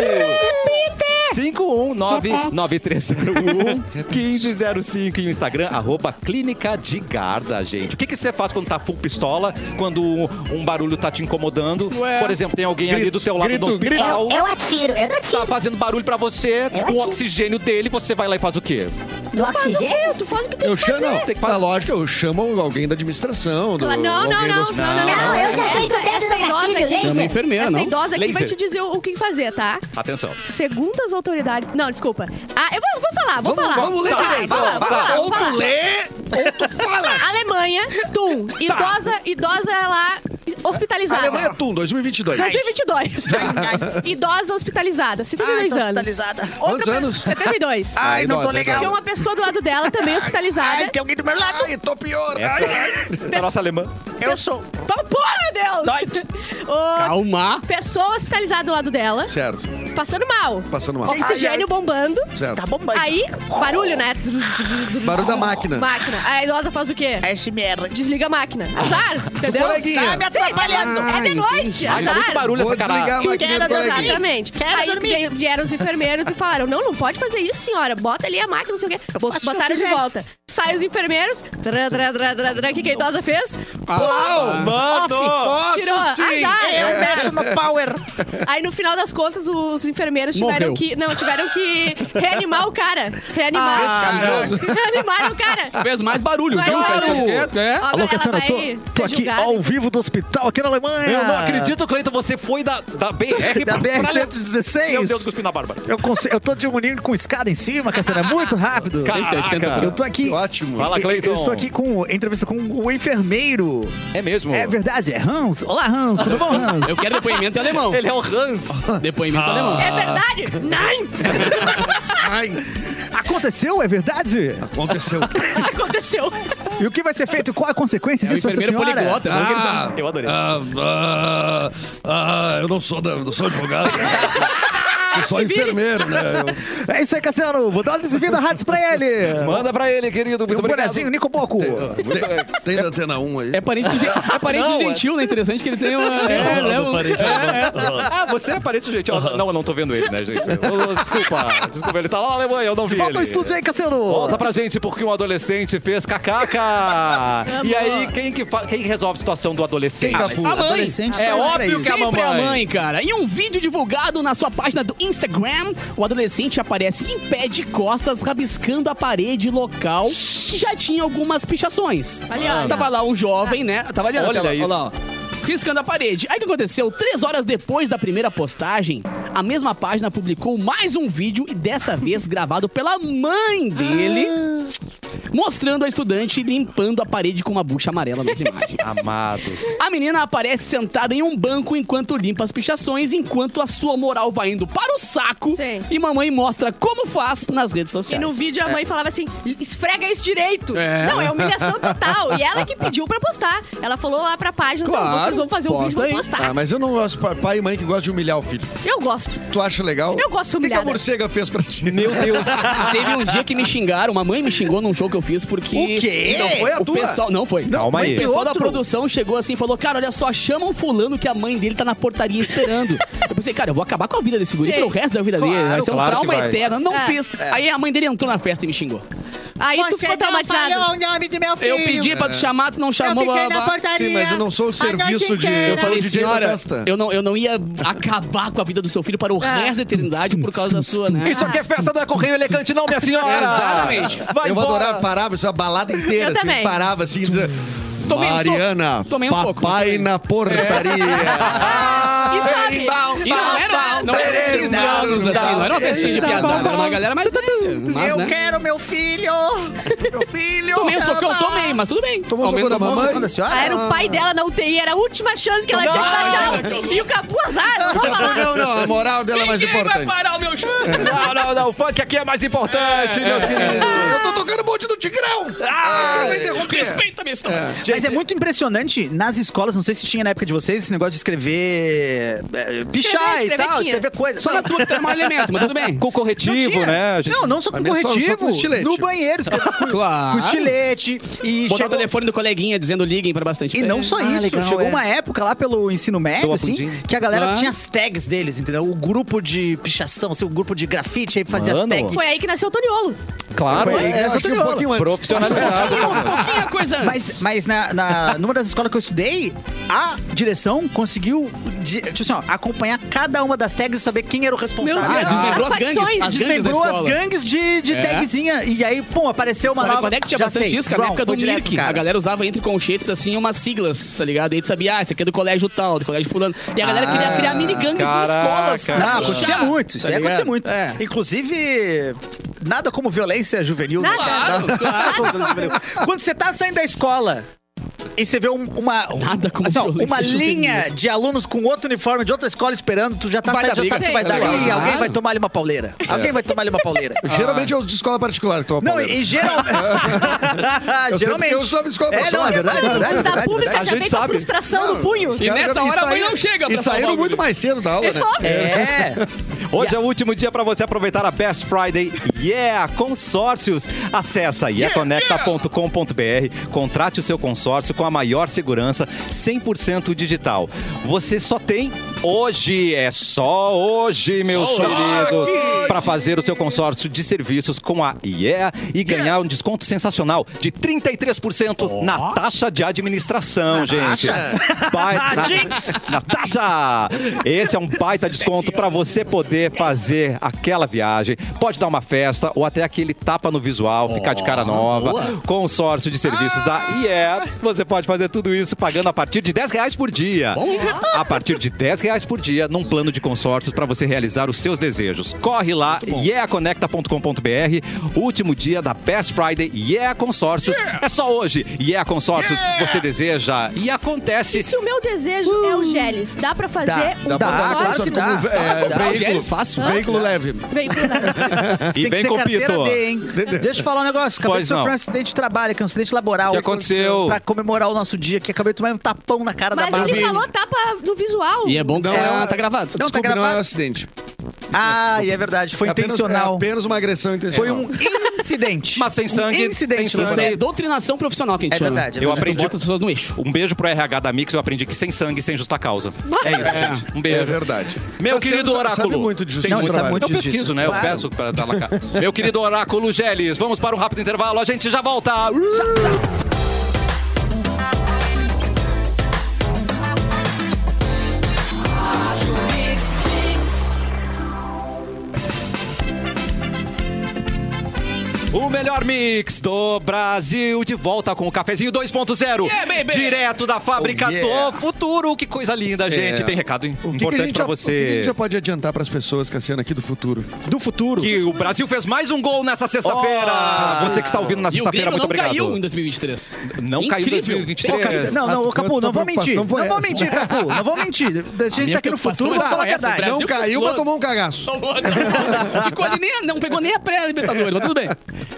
5199301 1505 e o Instagram, arroba Clínica de Garda, gente. O que, que você faz quando tá full pistola, quando um, um barulho tá te incomodando? Ué. Por exemplo, tem alguém ali do teu lado grito, É no hospital Eu, eu é atiro, eu não tá atiro. fazendo barulho pra você, Eu com o acho. oxigênio dele, você vai lá e faz o quê? Do Faz o oxigênio? quê? Tu faz o que tem Eu que fazer. chamo, não, Tem que na fazer. lógica, eu chamo alguém da administração. Do, Não, não, não, alguém do não, não, hospital. não, Não, eu já fiz o dedo Essa no idosa gatilho, aqui- Uma laser. enfermeira, Essa não? idosa aqui vai Laser. te dizer o o que fazer, tá? Atenção. Segundo as autoridades. Não, desculpa. Ah, eu vou, vou falar, vou Vamos, falar. vamos ler Vou falar, direito. vou falar, vou falar, Ou vou falar. tu lê, ou tu fala. Alemanha, Tum. Idosa, idosa lá hospitalizada. Alemanha Tum, 2022. 2022. Idosa hospitalizada, Ah, 72 Ai, então tô anos. hospitalizada. Outra Quantos pe- anos? 72. Ai, não tô Tinha uma pessoa do lado dela também hospitalizada. alguém do meu lado. Essa, essa é a nossa alemã. Eu sou. Pô, meu Deus! Dói. Ô, Calma. Pessoa hospitalizada do lado dela, Certo, passando mal. Passando mal. Oxigênio bombando. certo. Tá bombando. Aí, barulho, né? Barulho da máquina. Máquina. Aí a idosa faz o quê? SMR. Desliga a máquina. Azar, entendeu? coleguinha. Tá me Sim, atrapalhando. É de noite, Ai, tá muito azar. barulho Vou essa desligar a cara. máquina do Quero dormir. coleguinha. Exatamente. Quero Aí dormir. vie- vieram os enfermeiros e falaram: não, não pode fazer isso, senhora. Bota ali a máquina, não sei o quê. Bo- faço o que Botaram eu de quiser. volta. Saem os enfermeiros. Drá, drá, drá, drá, drá. O que que a idosa fez? Mano! Tirou. Ah, Nossa, sim! Azar. Ah, Eu mexo no power. Aí no final das contas, os enfermeiros tiveram Morreu. que. Não, tiveram que reanimar o cara. Ah, Reanimar. Reanimaram o cara. Fez mais barulho, Vai viu? lá, Fez Lu. quieto, é. Ó, Alô, ela Cassiano, vai tô, ser tô aqui julgada. ao vivo do hospital, aqui na Alemanha. Eu não acredito, Cleiton, você foi da, da BR Da pra- pra- Meu Deus, BR-116. cuspi na barba. Eu, consigo, eu tô de um ninho com escada em cima, Cassiano, é muito rápido. Caraca. Eu tô aqui... Ótimo. Fala, eu- Cleiton. Eu estou aqui com entrevista com o enfermeiro. É mesmo? É verdade, é Hans. Olá, Hans. Tudo bom, Hans? Eu quero depoimento em alemão. Ele é o Hans. Depoimento em alemão. É verdade? Não! Ai, Aconteceu, é verdade? aconteceu. Aconteceu. E o que vai ser feito? Qual a consequência É o disso, essa enfermeiro senhora? poliglota. não que ele tá- Eu adorei. Ah, ah, ah, eu não sou, da, não sou advogado. Sou só enfermeiro, né? Eu- É isso aí, Cassiano. Vou dar uma desvida rádio pra ele. Manda pra ele, querido. E Muito um obrigado. bonezinho, Nico Boco. tem, tem da Antena 1 aí. É parente do, gen- é parente do gentil, né? Interessante que ele tem uma. É, né, um- é, é. Ah, você é parente do gente. Ó, Não, eu não tô vendo ele, né, gente? Ô, Desculpa. Desculpa, ele tá lá na Alemanha, eu não vi Volta ele. ao um estúdio aí, Cassiano. Volta pra gente, porque um adolescente fez cacaca. e aí, quem, que fa- quem resolve a situação do adolescente? Quem tá mas- puto? A mãe. Adolescente É só olha óbvio isso. que a Sempre a mamãe. mãe, cara. Em um vídeo divulgado na sua página do Instagram, o adolescente aparece em pé de costas, rabiscando a parede local que já tinha algumas pichações. Ali, ó. Tava lá um jovem, né? Tava ali, ó, Olha tava- aí. olha lá, ó. Riscando a parede. Aí o que aconteceu? Três horas depois da primeira postagem, a mesma página publicou mais um vídeo e dessa vez gravado pela mãe dele, mostrando a estudante limpando a parede com uma bucha amarela nas imagens. Amados. A menina aparece sentada em um banco enquanto limpa as pichações, enquanto a sua moral vai indo para o saco. Sim. E mamãe mostra como faz nas redes E sociais. no vídeo a mãe falava assim: esfrega isso direito. É. Não, é humilhação total. E ela que pediu pra postar. Ela falou lá pra página: então, Claro, vocês vão fazer um posta vídeo e aí. vão postar. Ah, mas eu não gosto pa- pai e mãe que gostam de humilhar o filho. Eu gosto. Tu acha legal? Eu gosto de O que, que a humilhada. né? morcega fez pra ti? Meu Deus. Teve um dia que me xingaram, uma mãe me xingou num show que eu fiz porque. O quê? Não foi a O tua? pessoal. Não foi. Calma aí. O pessoal da outro? produção chegou assim e falou: Cara, olha só, chamam fulano que a mãe dele tá na portaria esperando. Eu pensei, cara, eu vou acabar com a vida desse guri Sim. pelo resto da vida dele. Vai ser um claro que trauma vai. eterno. Não É. fez. Aí a mãe dele entrou na festa e me xingou. Aí tu ficou traumatizado. o nome do meu filho. tá Eu pedi pra tu chamar, tu não chamou. blá, blá, blá. portaria. Sim, mas eu não sou o serviço de. Eu falei, DJ da senhora, festa. eu não, eu não ia acabar com a vida do seu filho para o É. resto da eternidade por causa da sua, né? Isso aqui é festa da Correio Elegante, não, minha senhora. Exatamente. Vai eu embora. adorava, parava, isso é uma balada inteira. Eu assim, também. Parava assim, dizia, Tomei um soco. Mariana, Tomei um soco, papai também. na portaria. E sabe? E não era, não era 15 anos, assim, não era uma festinha de piazada, era uma galera mais velha, mas, eu né? quero meu filho! Meu filho! Tomei um socão, tomei, mas tudo bem. Tomou um soco Aumenta da as mãos. mamãe? Ah, é era o pai dela na UTI, era a última chance que ela tinha que dar tchau. E o Capu azar, não vou Não, falar. não, não, a moral dela é mais Ninguém vai importante. parar o meu show. Não, não, não. O funk aqui é mais importante, é, meus queridos. É. Eu tô tocando o bonde do Tigrão! Ah, vai interromper. Respeita a minha história. Mas é muito impressionante nas escolas, não sei se tinha na época de vocês, esse negócio de escrever. é, Escrever, pichar e tal, escrever tinha. escrever coisa. Só na tua que tem mais elemento, mas tudo bem. Com corretivo, né? a gente- Não, não só com Mas só- só com corretivo. estilete. no banheiro, escrever com, Claro. com estilete. E Botar o chegou- telefone do coleguinha dizendo liguem pra bastante. E não só isso, chegou é. uma época lá pelo ensino médio, Doa assim, pudim. que a galera Ah. tinha as tags deles, entendeu? O grupo de pichação, assim, o grupo de grafite, aí fazia Mano. as tags. Foi aí que nasceu o Toniolo. Claro. É, acho que um pouquinho antes. Profissionalizado. pouquinha um coisa antes. Mas, mas na, na- numa das escolas que eu estudei, a direção conseguiu di- tipo assim, ó, acompanhar cada uma das tags e saber quem era o responsável. Ah, Deus. desmembrou As as gangues. facções. Ah, As gangues da Desmembrou as escola. gangues de, de É. tagzinha. E aí, pum, apareceu uma Sabe nova. quando é que tinha Já bastante sei, isso, cara? Na Brown, época do foi direto, Mirk. cara. A galera usava entre conchetes, assim, umas siglas, tá ligado? E aí tu sabia, ah, esse aqui é do colégio tal, do colégio fulano. E a galera queria criar mini gangues Ah, caraca. em escolas. Não, pra Ah, acontecia puxar, muito, isso tá aí acontecia ligado? muito. É. Inclusive, nada como violência juvenil. né? Claro, Nada. claro. Quando você tá saindo da escola, e você vê um- uma, Nada como assim, ó, violência uma juvenil. linha de alunos com outro uniforme de outra escola esperando, tu já tá Vai sa- dar já briga. sabe que vai Sim, dar. claro. Ih, alguém vai tomar ali uma pauleira. Alguém vai tomar ali uma pauleira. Geralmente é os de escola particular que tomam Não, pauleira. e, e geralmente. Eu Ah, sei porque geralmente. eu sou de escola É, não, é particular. verdade, é verdade, é da verdade. pública verdade. já vem com a frustração no punho. Os caras nessa já- e hora a mãe saíram- não chega pra E salvar o saíram muito guri. mais cedo da aula, né? É. Hoje é o último dia para você aproveitar a Best Friday Yeah Consórcios. Acesse yeaconecta.com.br, contrate o seu consórcio com a maior segurança, 100% digital. Você só tem hoje, é só hoje, meus queridos, para fazer o seu consórcio de serviços com a Yeah e ganhar um desconto sensacional de 33% na taxa de administração, gente. Pai, na, na taxa! Esse é um baita desconto para você poder fazer aquela viagem. Pode dar uma festa ou até aquele tapa no visual, ficar de cara nova. Consórcio de serviços da IE. Você pode fazer tudo isso pagando a partir de 10 reais por dia. A partir de 10 reais por dia, num plano de consórcios para você realizar os seus desejos. Corre lá, yeaconecta.com.br. Último dia da Best Friday Yeah Consórcios. É só hoje. Yeah Consórcios, você deseja e acontece. E se o meu desejo é o Geles, dá pra fazer um Dá pra dá, botar claro consórcio? que como, dá. é, Dá pra comprar veículo- geles fácil. Veículo leve. Vem, vem, dá. E Tem que vem ter com o carteira Pito. D, hein? Deixa eu falar um negócio. Acabei Pois de sofrer não. um acidente de trabalho, que é um acidente laboral. Que aconteceu? Pra comemorar o nosso dia, que acabei de tomar um tapão na cara da Mas Bárbara. ele falou tapa no visual. E é bom que Não, tá, é- tá gravado. Não, tá Desculpe, não é gravado. um acidente. Ah, e é verdade. Foi É apenas- É intencional. apenas uma agressão intencional. Foi um incidente. Mas sem sangue, Um incidente. sem não sangue. Isso foi? é doutrinação profissional que a gente É chama. verdade. é Eu verdade. aprendi. Bota as pessoas no eixo. Um beijo pro RH da Mix, eu aprendi que sem sangue, sem justa causa. É isso, gente. Um beijo. É verdade. Meu Tá sendo- querido sabe oráculo. é muito de Sem justiça justa- do trabalho. Eu muito de pesquiso, justiça, né? claro. Eu peço pra dar lá cá. Meu querido oráculo Geles, vamos para um rápido intervalo. A gente já volta. O melhor mix do Brasil de volta com o cafezinho 2.0. Yeah, baby! direto da fábrica Oh, yeah. do futuro. Que coisa linda, gente. É. Tem recado O que que a importante gente pra já- O que que a gente você. já pode adiantar pras pessoas, Cassiano, aqui do futuro? Do futuro. Que o Brasil fez mais um gol nessa sexta-feira. você que está ouvindo na E o sexta-feira, Grêmio muito não obrigado. caiu em 2023. Não caiu em Incrível. 2023. Cara, Não, não, ô, Capu, Tua não vou mentir. preocupação Não foi vou essa. mentir, Capu. Não vou mentir. A gente minha tá aqui no preocupação futuro, é vou só falar que é essa, verdade. Brasil. Não Brasil caiu, explode. mas tomou um cagaço. Tomou, não. Ficou ali nem, não pegou nem a pré-libertadores, mas tudo bem.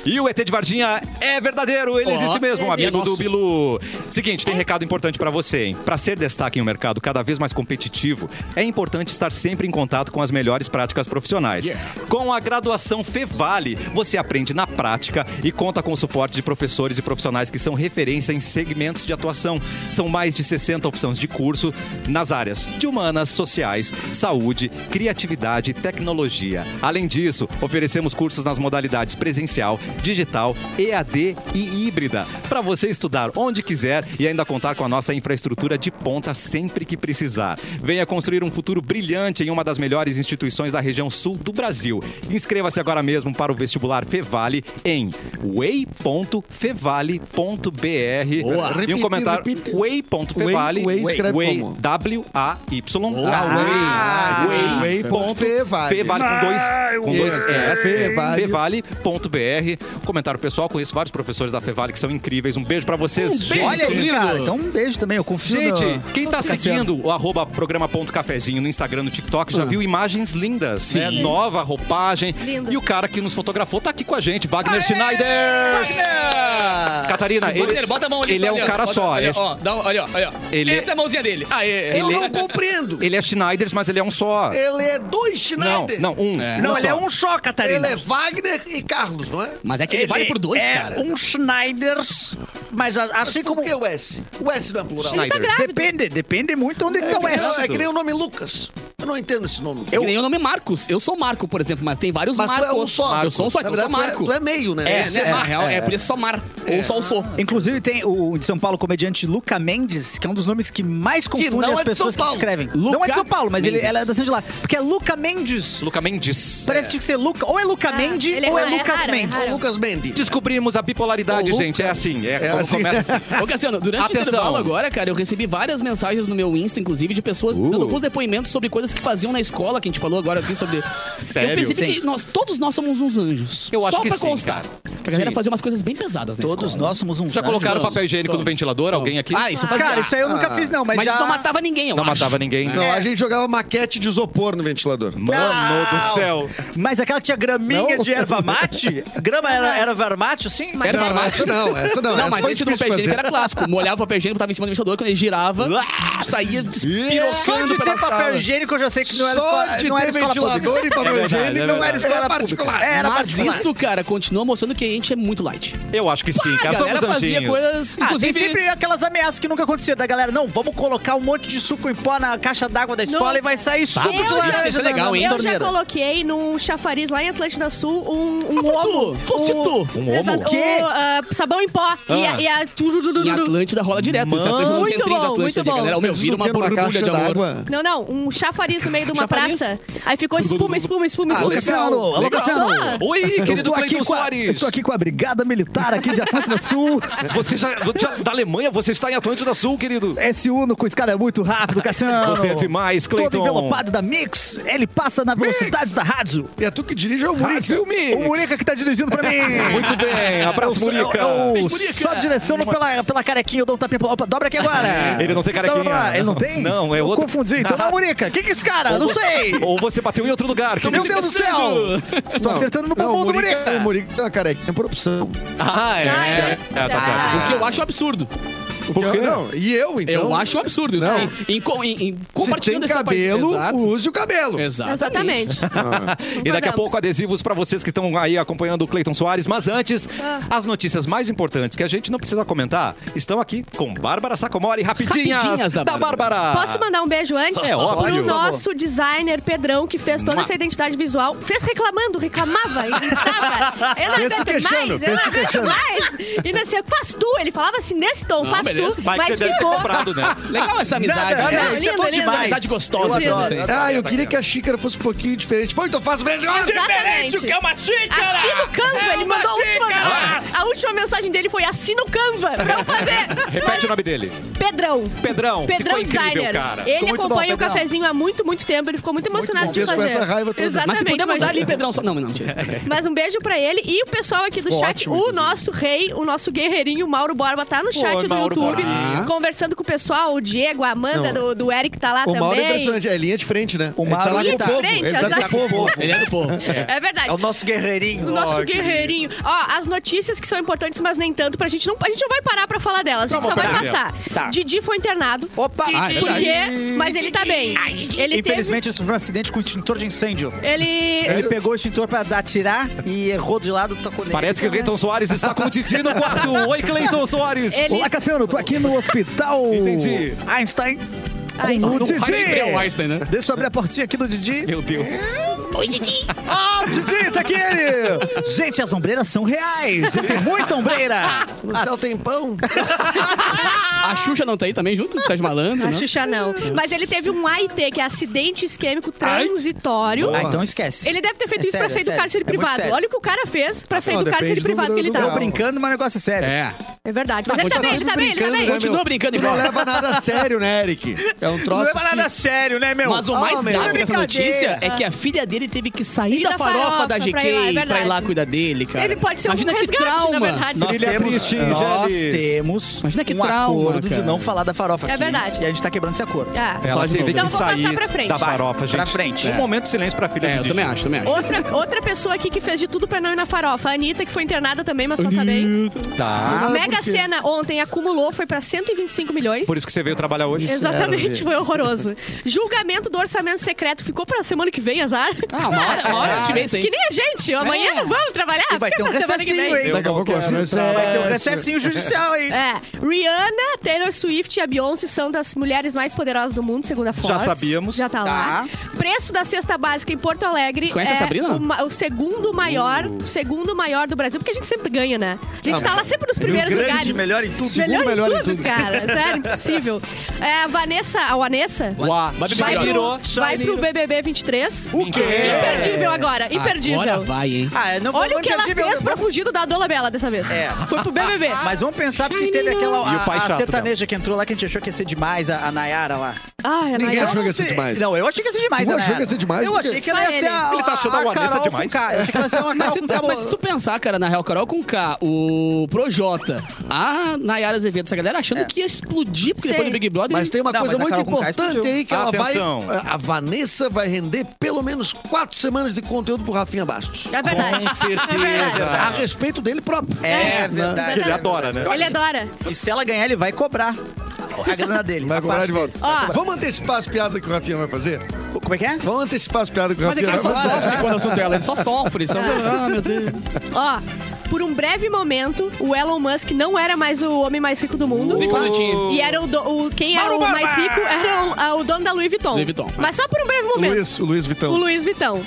E o ET de Varginha é verdadeiro, ele Ó, existe mesmo, um é amigo nosso. do Bilu. Seguinte, tem recado importante pra você, hein? Pra ser destaque em um mercado cada vez mais competitivo, é importante estar sempre em contato com as melhores práticas profissionais. Com a graduação Fevale, você aprende na prática e conta com o suporte de professores e profissionais que são referência em segmentos de atuação. São mais de 60 opções de curso nas áreas de humanas, sociais, saúde, criatividade e tecnologia. Além disso, oferecemos cursos nas modalidades presencial, digital, EAD e híbrida, para você estudar onde quiser e ainda contar com a nossa infraestrutura de ponta sempre que precisar. Venha construir um futuro brilhante em uma das melhores instituições da região sul do Brasil. Inscreva-se agora mesmo para o vestibular Fevale em way.fevale.br Boa. e um Repita, comentário repita. way.fevale Way, way escreve way, como? W A Y Ah, way way. way ponto P P vale. vale com dois Ah, com dois Yeah. S P vale. pvale.br comentário pessoal conheço vários professores da Fevale que são incríveis um beijo pra vocês Um beijo. Olha aí, Lindo. cara. Então um beijo também. Eu confio Gente, no- quem tá seguindo o arroba programa.cafezinho no Instagram, no TikTok, Ah. já viu imagens lindas, né? Nova roupagem. Lindo. E o cara que nos fotografou tá aqui com a gente, Wagner Schneider! Catarina, ele, Wagner, bota a mão ali. ele só é um ali, ó. cara Bota- só. Olha, é- ó, dá um- olha, ó, olha. ó. Ele- Essa é a mãozinha dele. Aê. Ele- Eu não compreendo. Ele é Schneiders, mas ele é um só. Ele é dois Não, Schneider. não, um. É. um Não, só. ele é um só, Ele Catarina. é Wagner e Carlos, não é? Mas é que ele, vale por dois, é cara. um Schneiders, mas a- assim como... Por que É o S? O S não é plural. Ele tá Schneider. grávido. Depende, depende muito onde É está que o nem- S. É que nem o nome Lucas. Eu não entendo esse nome. Eu... nem o nome é Marcos. Eu sou Marco, por exemplo, mas tem vários Mas tu Marcos. é um só. Eu sou um só, Na eu sou verdade, tu é- Marco. tu é meio, né? É, Esse né? Na Marco. real, é por isso só Mar. Ou só o sou. Inclusive tem o de São Paulo comediante Luca Mendes, que é um dos nomes que mais confunde não é as de pessoas São que Paulo. escrevem. Luca não é de São Paulo, mas ele, Mendes. ela é da de lá. Porque é Luca Mendes. Luca Mendes. Parece que tinha que ser Luca. Ou é Luca Ah, Mendes ele é ou é, raro, é Lucas raro, é Mendes. raro. Lucas Mendes. Descobrimos a bipolaridade, gente. É assim. É, como assim. começa assim. Ô, Cassiano, durante o Atenção. Uh. intervalo agora, cara, eu recebi várias mensagens no meu Insta, inclusive, de pessoas dando alguns depoimentos sobre coisas que que faziam na escola, que a gente falou agora aqui sobre. Sério? Eu percebi Sim. que nós, todos nós somos uns anjos. Eu acho Só que pra sim, constar. cara. Pra galera Sim. fazer umas coisas bem pesadas na Todos escola. nós somos um Já colocaram Tá papel higiênico no ventilador? Alguém aqui? Ah, isso fazia. Cara, isso aí eu nunca fiz, não, mas Mas já- isso não matava ninguém, eu é Não acho. matava É. ninguém. Não, a gente jogava maquete de isopor no ventilador. Mano do céu. Mas aquela que tinha graminha Não. de erva mate? Grama era, era vermate, assim? Mas Era Não, babado. essa não, essa não, é Não, essa mas foi esse do difícil papel higiênico fazer. era clássico. Molhava o papel higiênico, tava em cima do ventilador, quando ele girava, saía Ah, Só despirocando de pela ter papel sala. higiênico eu já sei que não era Só escola, de não era ter escola ventilador e pública. papel É verdade, higiênico é não era verdade. escola particular. Era Mas particular. isso, cara, continua mostrando que a gente é muito light. Eu acho que sim, a cara. galera Somos fazia anjinhos. coisas, Ah, inclusive... tem sempre aquelas ameaças que nunca acontecia da galera. Não, vamos colocar um monte de suco em pó na caixa d'água da escola Não. e vai sair suco Eu de já- laranja isso é na- legal, na, hein? Eu torneira. já coloquei num chafariz lá em Atlântida Sul um, um Mas Ah, foi homo. tu, fosse tu. Um homo? Exa- Quê? ah, sabão em pó. E a... E a... Em Atlântida rola direto. Isso é Atlântida, Muito no centrinho de bom, Atlântida, muito bom. galera. O meu Vocês não vira uma viram borbulha caixa de amor. d'água? Não, não, um chafariz no meio de uma Chafariz? praça. Aí ficou espuma, espuma, espuma, Ah, espuma. legal. Luciano, alô, Legal. Luciano. Boa. Oi, querido Cleiton com a, eu Soares. tô aqui com a Brigada Militar aqui de Atlântida Sul. Você já, já- da Alemanha, você está em Atlântida Sul, querido. Esse Uno com escada é muito rápido, Cassiano. Você é demais, Cleiton. Todo envelopado da Mix, ele passa na velocidade da rádio. E é tu que dirige ou o Murica? Brasil Mix. O Murica que tá dirigindo pra mim. Muito bem, abraço, Murica. Eu, eu, Beijo, Murica. só direciono pela, pela carequinha, eu dou um tapinha. pra- Opa, dobra aqui agora. Ele não tem carequinha. Dobra, dobra. Ele não tem? Não, é Eu outro. Confundi. Então não, Murica. O que que é esse cara? Não você- sei. Ou você bateu em outro lugar, Então Meu querido. Deus do céu. Estou acertando no Não, bumbum o do Murica, Murica. o Murica tem uma carequinha por opção. Ah, é. Ah, é. É, tá certo. O que eu acho um absurdo. Porque não, e eu, então. eu acho um absurdo isso Não. aí. Em, co- em, em Se tem compartilhando essa cabelo, parte- Exato. use o cabelo. Ah, Exatamente. Exatamente. E daqui a Concordamos. pouco adesivos pra vocês que estão aí acompanhando o Cleiton Soares. Mas antes, as notícias mais importantes que a gente não precisa comentar estão aqui com Bárbara Sacomori, rapidinhas, Rapidinhas da, da Bárbara. Posso mandar um beijo antes? É óbvio. Pro nosso designer Pedrão, que fez toda Mua. essa identidade visual. Fez reclamando, reclamava, irritava. Eu não Fez se aguento queixando, mais, fez eu não se aguento queixando. mais. E não sei, faz tu. Ele falava assim nesse tom, Não, faz beleza. tu. Mas, Mas você deve ter ficou. comprado, né? Legal essa amizade. Nada, né? nada, isso é bom Essa demais. amizade gostosa. Eu né? Ah, eu queria que a xícara fosse um pouquinho diferente. Pô, então faz melhor. Exatamente. Diferente, o que é uma xícara? Assina o assim Canva. É ele uma mandou a última, xícara! a última mensagem dele foi assina o Canva pra eu fazer. Repete o nome dele. Pedrão. Pedrão. Pedrão ficou incrível, Designer. cara. Ele muito acompanha bom, o Pedrão. cafezinho há muito, muito tempo. Ele ficou muito emocionado bom. de Mesmo com fazer. essa raiva toda. Exatamente. Mas se puder mandar imagina. ali, Pedrão. só- Não, não, tira. Mas um beijo pra ele e o pessoal aqui do chat, o nosso rei, o nosso guerreirinho Mauro Borba tá no chat do Mauro YouTube, Borba. conversando com o pessoal, o Diego, a Amanda, do, do Eric tá lá O também. Mauro é impressionante. É linha de frente, né? O Mauro ele tá tá lá com o de povo. frente, Ele tá exato. com o povo. Ele é do povo. É verdade. É o nosso guerreirinho. O nosso guerreirinho. Ó, as notícias que são importantes, mas nem tanto, pra gente não, a gente não vai parar pra falar delas, a gente só vai parar. passar. Tá. Didi foi internado. Opa! Ah, é Por verdade. quê? Mas ele tá bem. Ele Infelizmente, isso foi um acidente com extintor de incêndio. teve... Ele... Ele pegou o extintor pra dar- atirar e errou de lado, tocou nele. Parece que o Cleiton Soares está com o Titi no quarto. Oi, Cleiton Soares. Ele- Olá, Cassiano, tô aqui no hospital Entendi. Einstein. Ai, Com não- o Didi! Einstein, é o Einstein, né? Deixa eu abrir a portinha aqui do Didi. Meu Deus. Ah, o Didi, tá aqui ele! Gente, as ombreiras são reais. Ele tem muita ombreira. No Ah. céu tem pão. A Xuxa não tá aí também junto? Sérgio Malandro, Ah. A né? Xuxa não. Mas ele teve um AIT, que é acidente isquêmico Ai. transitório. Ah, então esquece. Ele deve ter feito É isso pra sério, sair do é sério. cárcere É muito privado. sério. Olha o que o cara fez pra sair Não, do cárcere depende do privado que ele grau. Tô tá. brincando, mas o negócio é sério. É. É verdade. Mas ele tá bem, ele tá bem, ele tá brincando, bem. né, Continua brincando Tu não igual. leva nada a sério, né, Eric? É um troço. Não é pra nada assim. sério, né, meu? Mas o Ah, mais meu. grave dessa Brincadeira. notícia é que a filha dele teve que sair E da da farofa da farofa GK pra ir lá, é pra ir, verdade. lá cuidar dele, cara. Ele pode ser Imagina um que resgate, trauma. na verdade. Nós Ele é temos, triste, nós Geles. temos Imagina que um trauma, acordo cara. de não falar da farofa É aqui. verdade. E a gente tá quebrando esse acordo. Tá. Ela de novo. teve Então que vou passar sair pra frente. da Vai, farofa, gente. pra frente. Um momento de silêncio pra filha É, do eu Didi. também acho, também acho. Outra, outra pessoa aqui que fez de tudo pra não ir na farofa, a Anitta, que foi internada também, mas passa bem. Tá. Mega Sena ontem acumulou, foi pra 125 milhões. Por isso que é, você veio trabalhar hoje. Exatamente, foi horroroso. Julgamento do orçamento secreto ficou pra semana que vem, azar. Ah, uma hora, uma hora eu tive isso aí. Que nem a gente, amanhã É. não vamos trabalhar. E vai ter fica um pra semana que vem. recessinho, hein? Daqui a pouco vai ser- Vai ter um recessinho judicial aí. É, Rihanna, Taylor Swift e a Beyoncé são das mulheres mais poderosas do mundo, segundo a Forbes. sabíamos. Já tá, lá. Preço da cesta básica em Porto Alegre Você conhece a é Sabrina? o, ma- o segundo maior, o segundo maior do Brasil, porque a gente sempre ganha, né? A gente tá lá sempre nos primeiros grande, lugares. melhor em tudo. Melhor, Segundo melhor em em tudo, tudo. cara. Sério, impossível. É, a Vanessa, a Vanessa, Uá, vai Shai pro, vai pro BBB 23. O quê? Imperdível agora, imperdível. Agora vai, hein? Ah, eu não Olha o que ela imperdível, fez não- pra fugir do da Dola Bela dessa vez. É. Foi pro BBB. Mas vamos pensar porque teve aquela E o a, pai a chato sertaneja que entrou lá que a gente achou que ia ser demais, a, a Nayara lá. Ah, Renato. Ninguém achou não que ia ser sei- demais. Não, eu achei que ia ser demais. Tu né? achou que ia ser demais? Eu achei que ela ia Só ser a. Ele tá achando a Vanessa Carol demais. com K. Eu achei que ela ia ser uma Mas se, tá Carol com K. mas se tu pensar, cara, na real, Carol com K, o Projota, a Nayara Azevedo, essa galera É. achando que ia explodir, porque Sei. depois do Big Brother. Mas tem uma Não, coisa mas a muito Carol Conká importante explodiu. aí que ela Atenção. vai. A Vanessa vai render pelo menos quatro semanas de conteúdo pro Rafinha Bastos. É verdade. Com certeza. A respeito dele próprio. É Né? verdade. Ele adora, né? Ele adora. E se ela ganhar, ele vai cobrar a grana dele. Vai a cobrar parte de volta. Ó. Vamos antecipar as piadas que o Rafinha vai fazer? dele. Como é que é? Vamos antecipar as piadas que o Mas é que Rafinha ele vai só fazer. sofre quando eu sou dela, ele só sofre. Só... É. Ah, meu Deus. Ó, por um breve momento, o Elon Musk não era mais o homem mais rico do mundo. minutinhos. E era o, do- o- quem era o mais rico era o, a- o dono da Louis Vuitton. Louis Vuitton. é. Mas só por um breve O momento. Luiz, o Luiz Vitão. O Luiz Vitão.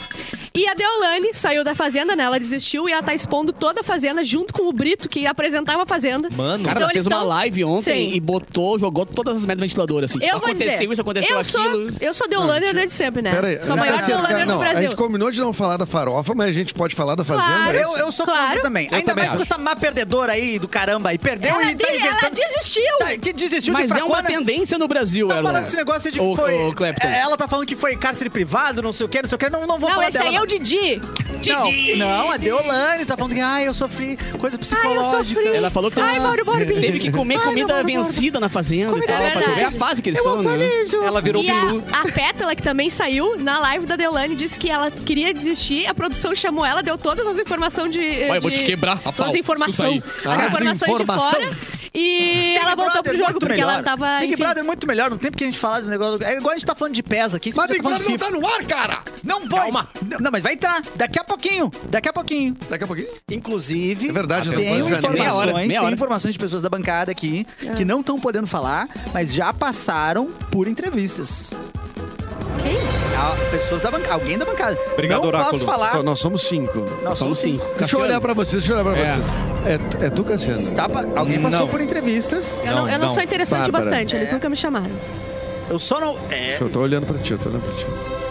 E a Deolane saiu da fazenda, né? Ela desistiu e ela tá expondo toda a fazenda junto com o Brito, que apresentava a fazenda. Mano. Então Cara, ela eles fez uma tão- live ontem Sim. e botou, jogou todas as merdas ventiladoras. Assim, Eu vou aconteceu dizer, isso, aconteceu eu aquilo. Sou, eu sou Deolane desde sempre, né? Pera aí. sou a não, maior tá certo, Deolane do não, A Brasil. gente combinou de não falar da farofa, mas a gente pode falar da fazenda. Claro. é isso? Eu, eu sou Claro. contra também. Ainda também mais com acho. essa má perdedora aí do caramba. E perdeu Ela, e tá de- ela inventando. desistiu. Tá, que desistiu Mas de é uma fracona. tendência no Brasil, Tá Elon. falando desse negócio de que Ô, foi. ô, Clapton. é, Ela tá falando que foi cárcere privado, não sei o que, não sei o que. Não, não vou não, falar esse dela. aí é o Didi. Didi. Não, não, a Deolane tá falando que, ai, eu sofri Ai, coisa eu psicológica. sofri. Ela falou que Ai, teve- Mauro Borbi. teve que comer Ai, comida meu Mauro Borbi. vencida na fazenda. Comida e tal, pra vencida. ver a fase que eles estão, né? Ela virou e a, Bilu. a Pétala, que também saiu na live da Deolane, disse que ela queria desistir. A produção chamou ela, deu todas as informações de. Olha, de, eu vou te quebrar a pau, Todas as se tu informações. sair. As Ah, informações informação. de fora. E ela voltou pro jogo, é muito porque melhor. ela tava. Big enfim, Brother é muito melhor, não tem porque a gente falar dos negócios. É igual a gente tá falando de pés aqui. Mas a gente Big tá Brother falando não de tá FIFA. no ar, cara! Não vai! Não, mas vai entrar. Daqui a pouquinho. Daqui a pouquinho. Daqui a pouquinho. Inclusive, É verdade, tem não pode já- informações, meia hora, meia tem hora. informações de pessoas da bancada aqui que não estão podendo falar, mas já passaram por entrevistas. Quem? Pessoas da bancada, alguém da bancada. Obrigado, não Oráculo. posso falar. Então, nós somos cinco. Nós somos cinco. Deixa eu Cassiano. olhar pra vocês, deixa eu olhar pra É. vocês. É, é tu, Cassiano? Tá pa- Alguém passou Não. por entrevistas. Eu não, eu não Não, sou interessante Bárbara. bastante, eles nunca me chamaram. Eu só não. É. Deixa eu tô olhando pra ti, eu tô olhando pra ti.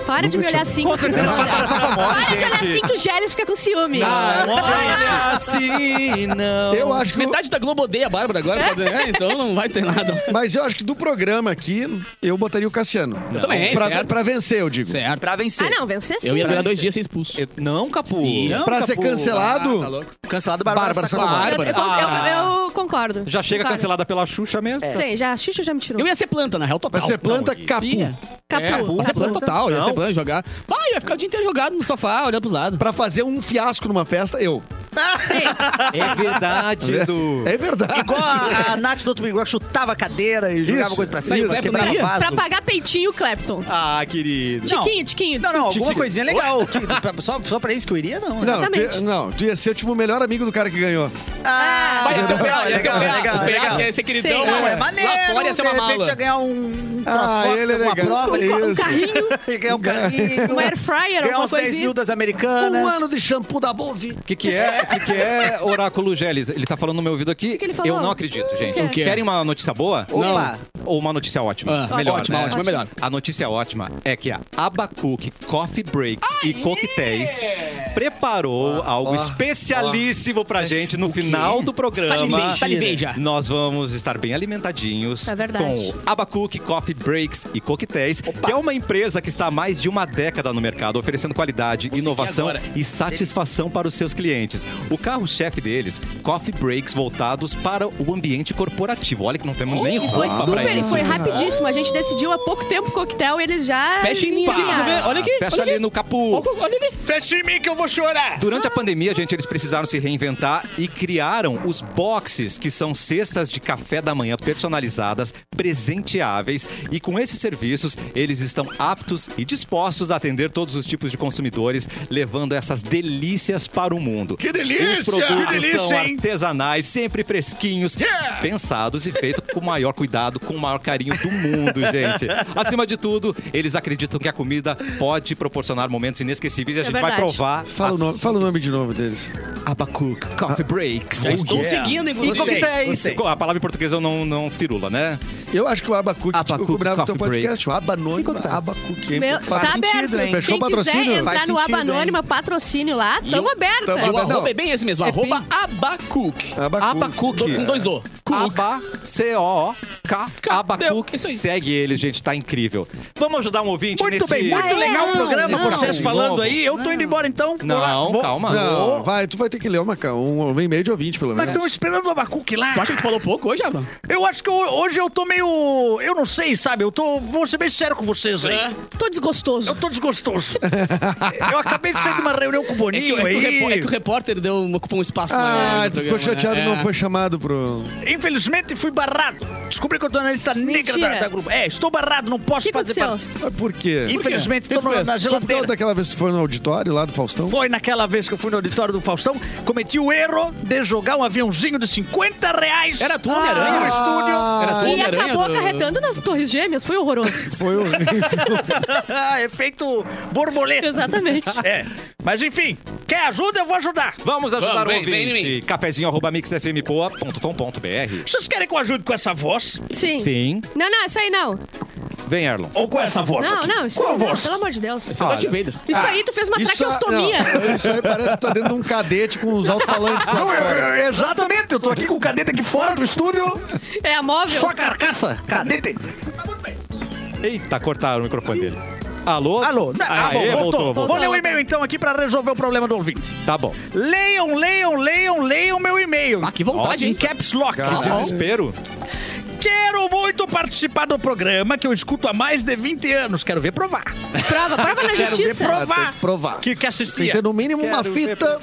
Para Nunca de me olhar te- assim. Com certeza, a Bárbara Sacomori, Para de olhar gente. assim que o Gélis fica com ciúme. é Olha assim, não. Eu acho que. Metade da Globo odeia a Bárbara agora. por causa- é, então não vai ter nada. Mas eu acho que do programa aqui, eu botaria o Cassiano. Eu também, Pra, certo. pra vencer, eu digo. Certo. Pra vencer. Ah, não, vencer sim. Eu ia durar dois dias sem expulso. Eu- Não, um Capu. Não, pra ser Capu. cancelado, Ah, tá louco. Cancelado Bárbara Bárbara Sacomori. Eu, Bárbara. eu, eu- eu concordo. Já chega Concordo. cancelada pela Xuxa mesmo. Sim, já, a Xuxa já me tirou. Eu ia ser planta, na real, total. vai ser planta Não, capu. Ia. Capu. É, ia ser planta Capu. total, ia ser Não. planta, jogar. Vai, eu ia ficar o dia inteiro jogado no sofá, olhando pros lados. Pra fazer um fiasco numa festa, eu. Sim. É verdade, do. É verdade. Igual a, a Nath do outro Big Brother chutava a cadeira e jogava Isso, coisa pra isso. cima, Clepton quebrava ia? vaso. pra pagar peitinho, Clapton. Ah, querido. Não. Tiquinho, tiquinho. Não, não, alguma Titi. coisinha legal. que- pra- só, só pra isso que eu iria, não. né? Não Exatamente. tu, não, tu ia ser tipo, o melhor amigo do cara que ganhou. Ah, Vai, ia ser o PA, ia ser o legal, PA. legal, O legal. PA ia ser queridão. Sim. Não, é né? maneiro. Lá fora ia ser uma de repente mala. ia ganhar um, um Ah, crossfox, ele é alguma legal. prova. Ele- Um Isso. carrinho, ia ganhar um carrinho. um air fryer, ganhar alguma uns 10 mil coisinha. das americanas. Um ano de shampoo da Bove. O que, que é? O que, que é, Oráculo Geles? Ele tá falando no meu ouvido aqui. que ele falou? eu não acredito, gente. O quê? Querem uma notícia boa? Opa. Ou uma notícia ótima? Ah, melhor, ótima, né? ótima, melhor. A notícia ótima é que a Abacuque Coffee Breaks e Coquetéis preparou algo especialíssimo pra gente no final do programa. Salivei, salivei já. Nós vamos estar bem alimentadinhos É verdade. com Abacuque Coffee Breaks e Coquetéis, que é uma empresa que está há mais de uma década no mercado, oferecendo qualidade, inovação adora. e satisfação para os seus clientes. O carro-chefe deles, coffee breaks voltados para o ambiente corporativo. Olha que não temos nem Foi roupa para super, isso. foi rapidíssimo. A gente decidiu há pouco tempo o coquetel e eles já. Fecha em linha aqui, adivinharam. quer ver? Olha aqui, Fecha olha ali aqui. no capu. Olha olha ali. Fecha em mim que eu vou chorar! Durante a pandemia, gente, eles precisaram se reinventar e criaram os boxes, que são cestas de café da manhã personalizadas, presenteáveis. E com esses serviços, eles estão aptos e dispostos a atender todos os tipos de consumidores, levando essas delícias para o mundo. Que delícia! Os produtos Que delícia, são hein? artesanais, sempre fresquinhos, pensados e feitos com o maior cuidado, com o maior carinho do mundo, gente. Acima de tudo, eles acreditam que a comida pode proporcionar momentos inesquecíveis e a É gente vai verdade. provar. Fala, o assim. nome, fala o nome de novo deles. Abacuc Coffee Breaks. Já estou seguindo, E inclusive. coquetéis. gostei. A palavra em português eu não, não firula, né? Eu acho que o Abacuque Abacuque combinava com o teu Coffee podcast. O Abanônimo, Fica com Abacuque. hein? Meu, Faz tá sentido, aberto, hein? Fechou Quem o patrocínio? quiser entrar Faz no sentido, Aba Anônima, patrocínio lá, E tamo eu- aberta. Tamo O aberta. arroba Não. é bem esse mesmo, arroba abacuc. um, Abacuque. Abacuque. Ah. Com dois O. Cuc. Aba C O O K-Abacuc. Segue ele, gente, tá incrível. Vamos ajudar um ouvinte Muito nesse... bem, Ah, é? muito legal o programa, nesse vocês assunto falando novo. aí. Eu tô indo embora então. Vou lá, Não, vou- calma. Não, vai, tu vai ter que ler uma, ca- um, um e-mail de ouvinte, pelo Mas menos. estão esperando o Abacuque lá. Tu acha que tu falou pouco hoje, Abrão? Eu acho que eu- hoje eu tô meio. Eu não sei, sabe? Eu tô. Vou ser bem sério com vocês É, aí. Tô desgostoso. Eu tô desgostoso. eu acabei de sair de uma reunião com o É que, é Boninho que o, aí. repor- é que o repórter deu, um- ocupou um espaço maior Ah, no tu programa, ficou chateado né? e não foi chamado pro... Infelizmente fui barrado. Descobri que eu tô na lista negra Mentira. da, da grupo. É, estou barrado, não posso que fazer aconteceu? parte. Mas por quê? Infelizmente, quê? tô Que que no- na fez? Foi por causa geladeira. daquela vez que tu foi no auditório lá do Faustão? Foi naquela vez que eu fui no auditório do Faustão, cometi o erro de jogar um aviãozinho de 50 reais Era tu, Homem-Aranha? Ah, no estúdio. Era tu, E Homem-Aranha? acabou do- acarretando nas Torres Gêmeas. Foi horroroso. Foi horrível. Efeito borboleta. Exatamente. É. Mas enfim, quer ajuda? Eu vou ajudar. Vamos ajudar Vamos, o vem, vem em ouvinte. Cafezinho arroba mixfmpoa.com.br. Vocês querem que eu ajude com essa voz? Sim. Sim. Não, não, isso aí não. Vem, Erlon. Ou com essa voz? Não, aqui? não, isso Qual aí não. voz? Pelo amor de Deus. Isso Só Darth Tá Vader. aí tu fez uma Isso, é, a- traqueostomia. não, isso aí parece que tu tá dentro de um cadete com uns alto-falantes. pra fora. Eu- eu- Exatamente, eu tô aqui com o cadete Ah, aqui fora do estúdio, É a móvel. só carcaça. Cadete. Eita, cortaram o microfone dele. Alô? Alô, não, ah, Aê, bom, voltou. voltou, Vou voltou. ler o e-mail então aqui pra resolver o problema do ouvinte. Tá bom. Leiam, leiam, leiam, leiam meu e-mail. Ah, que vontade, Em hein? caps lock. Cara, Desespero. Quero muito participar do programa que eu escuto há mais de 20 anos. Quero ver provar. Prova, prova na Quero ver É justiça. Ah, provar. tem que provar. Que, que Tem que assistia. ter no mínimo uma Quero ver fita,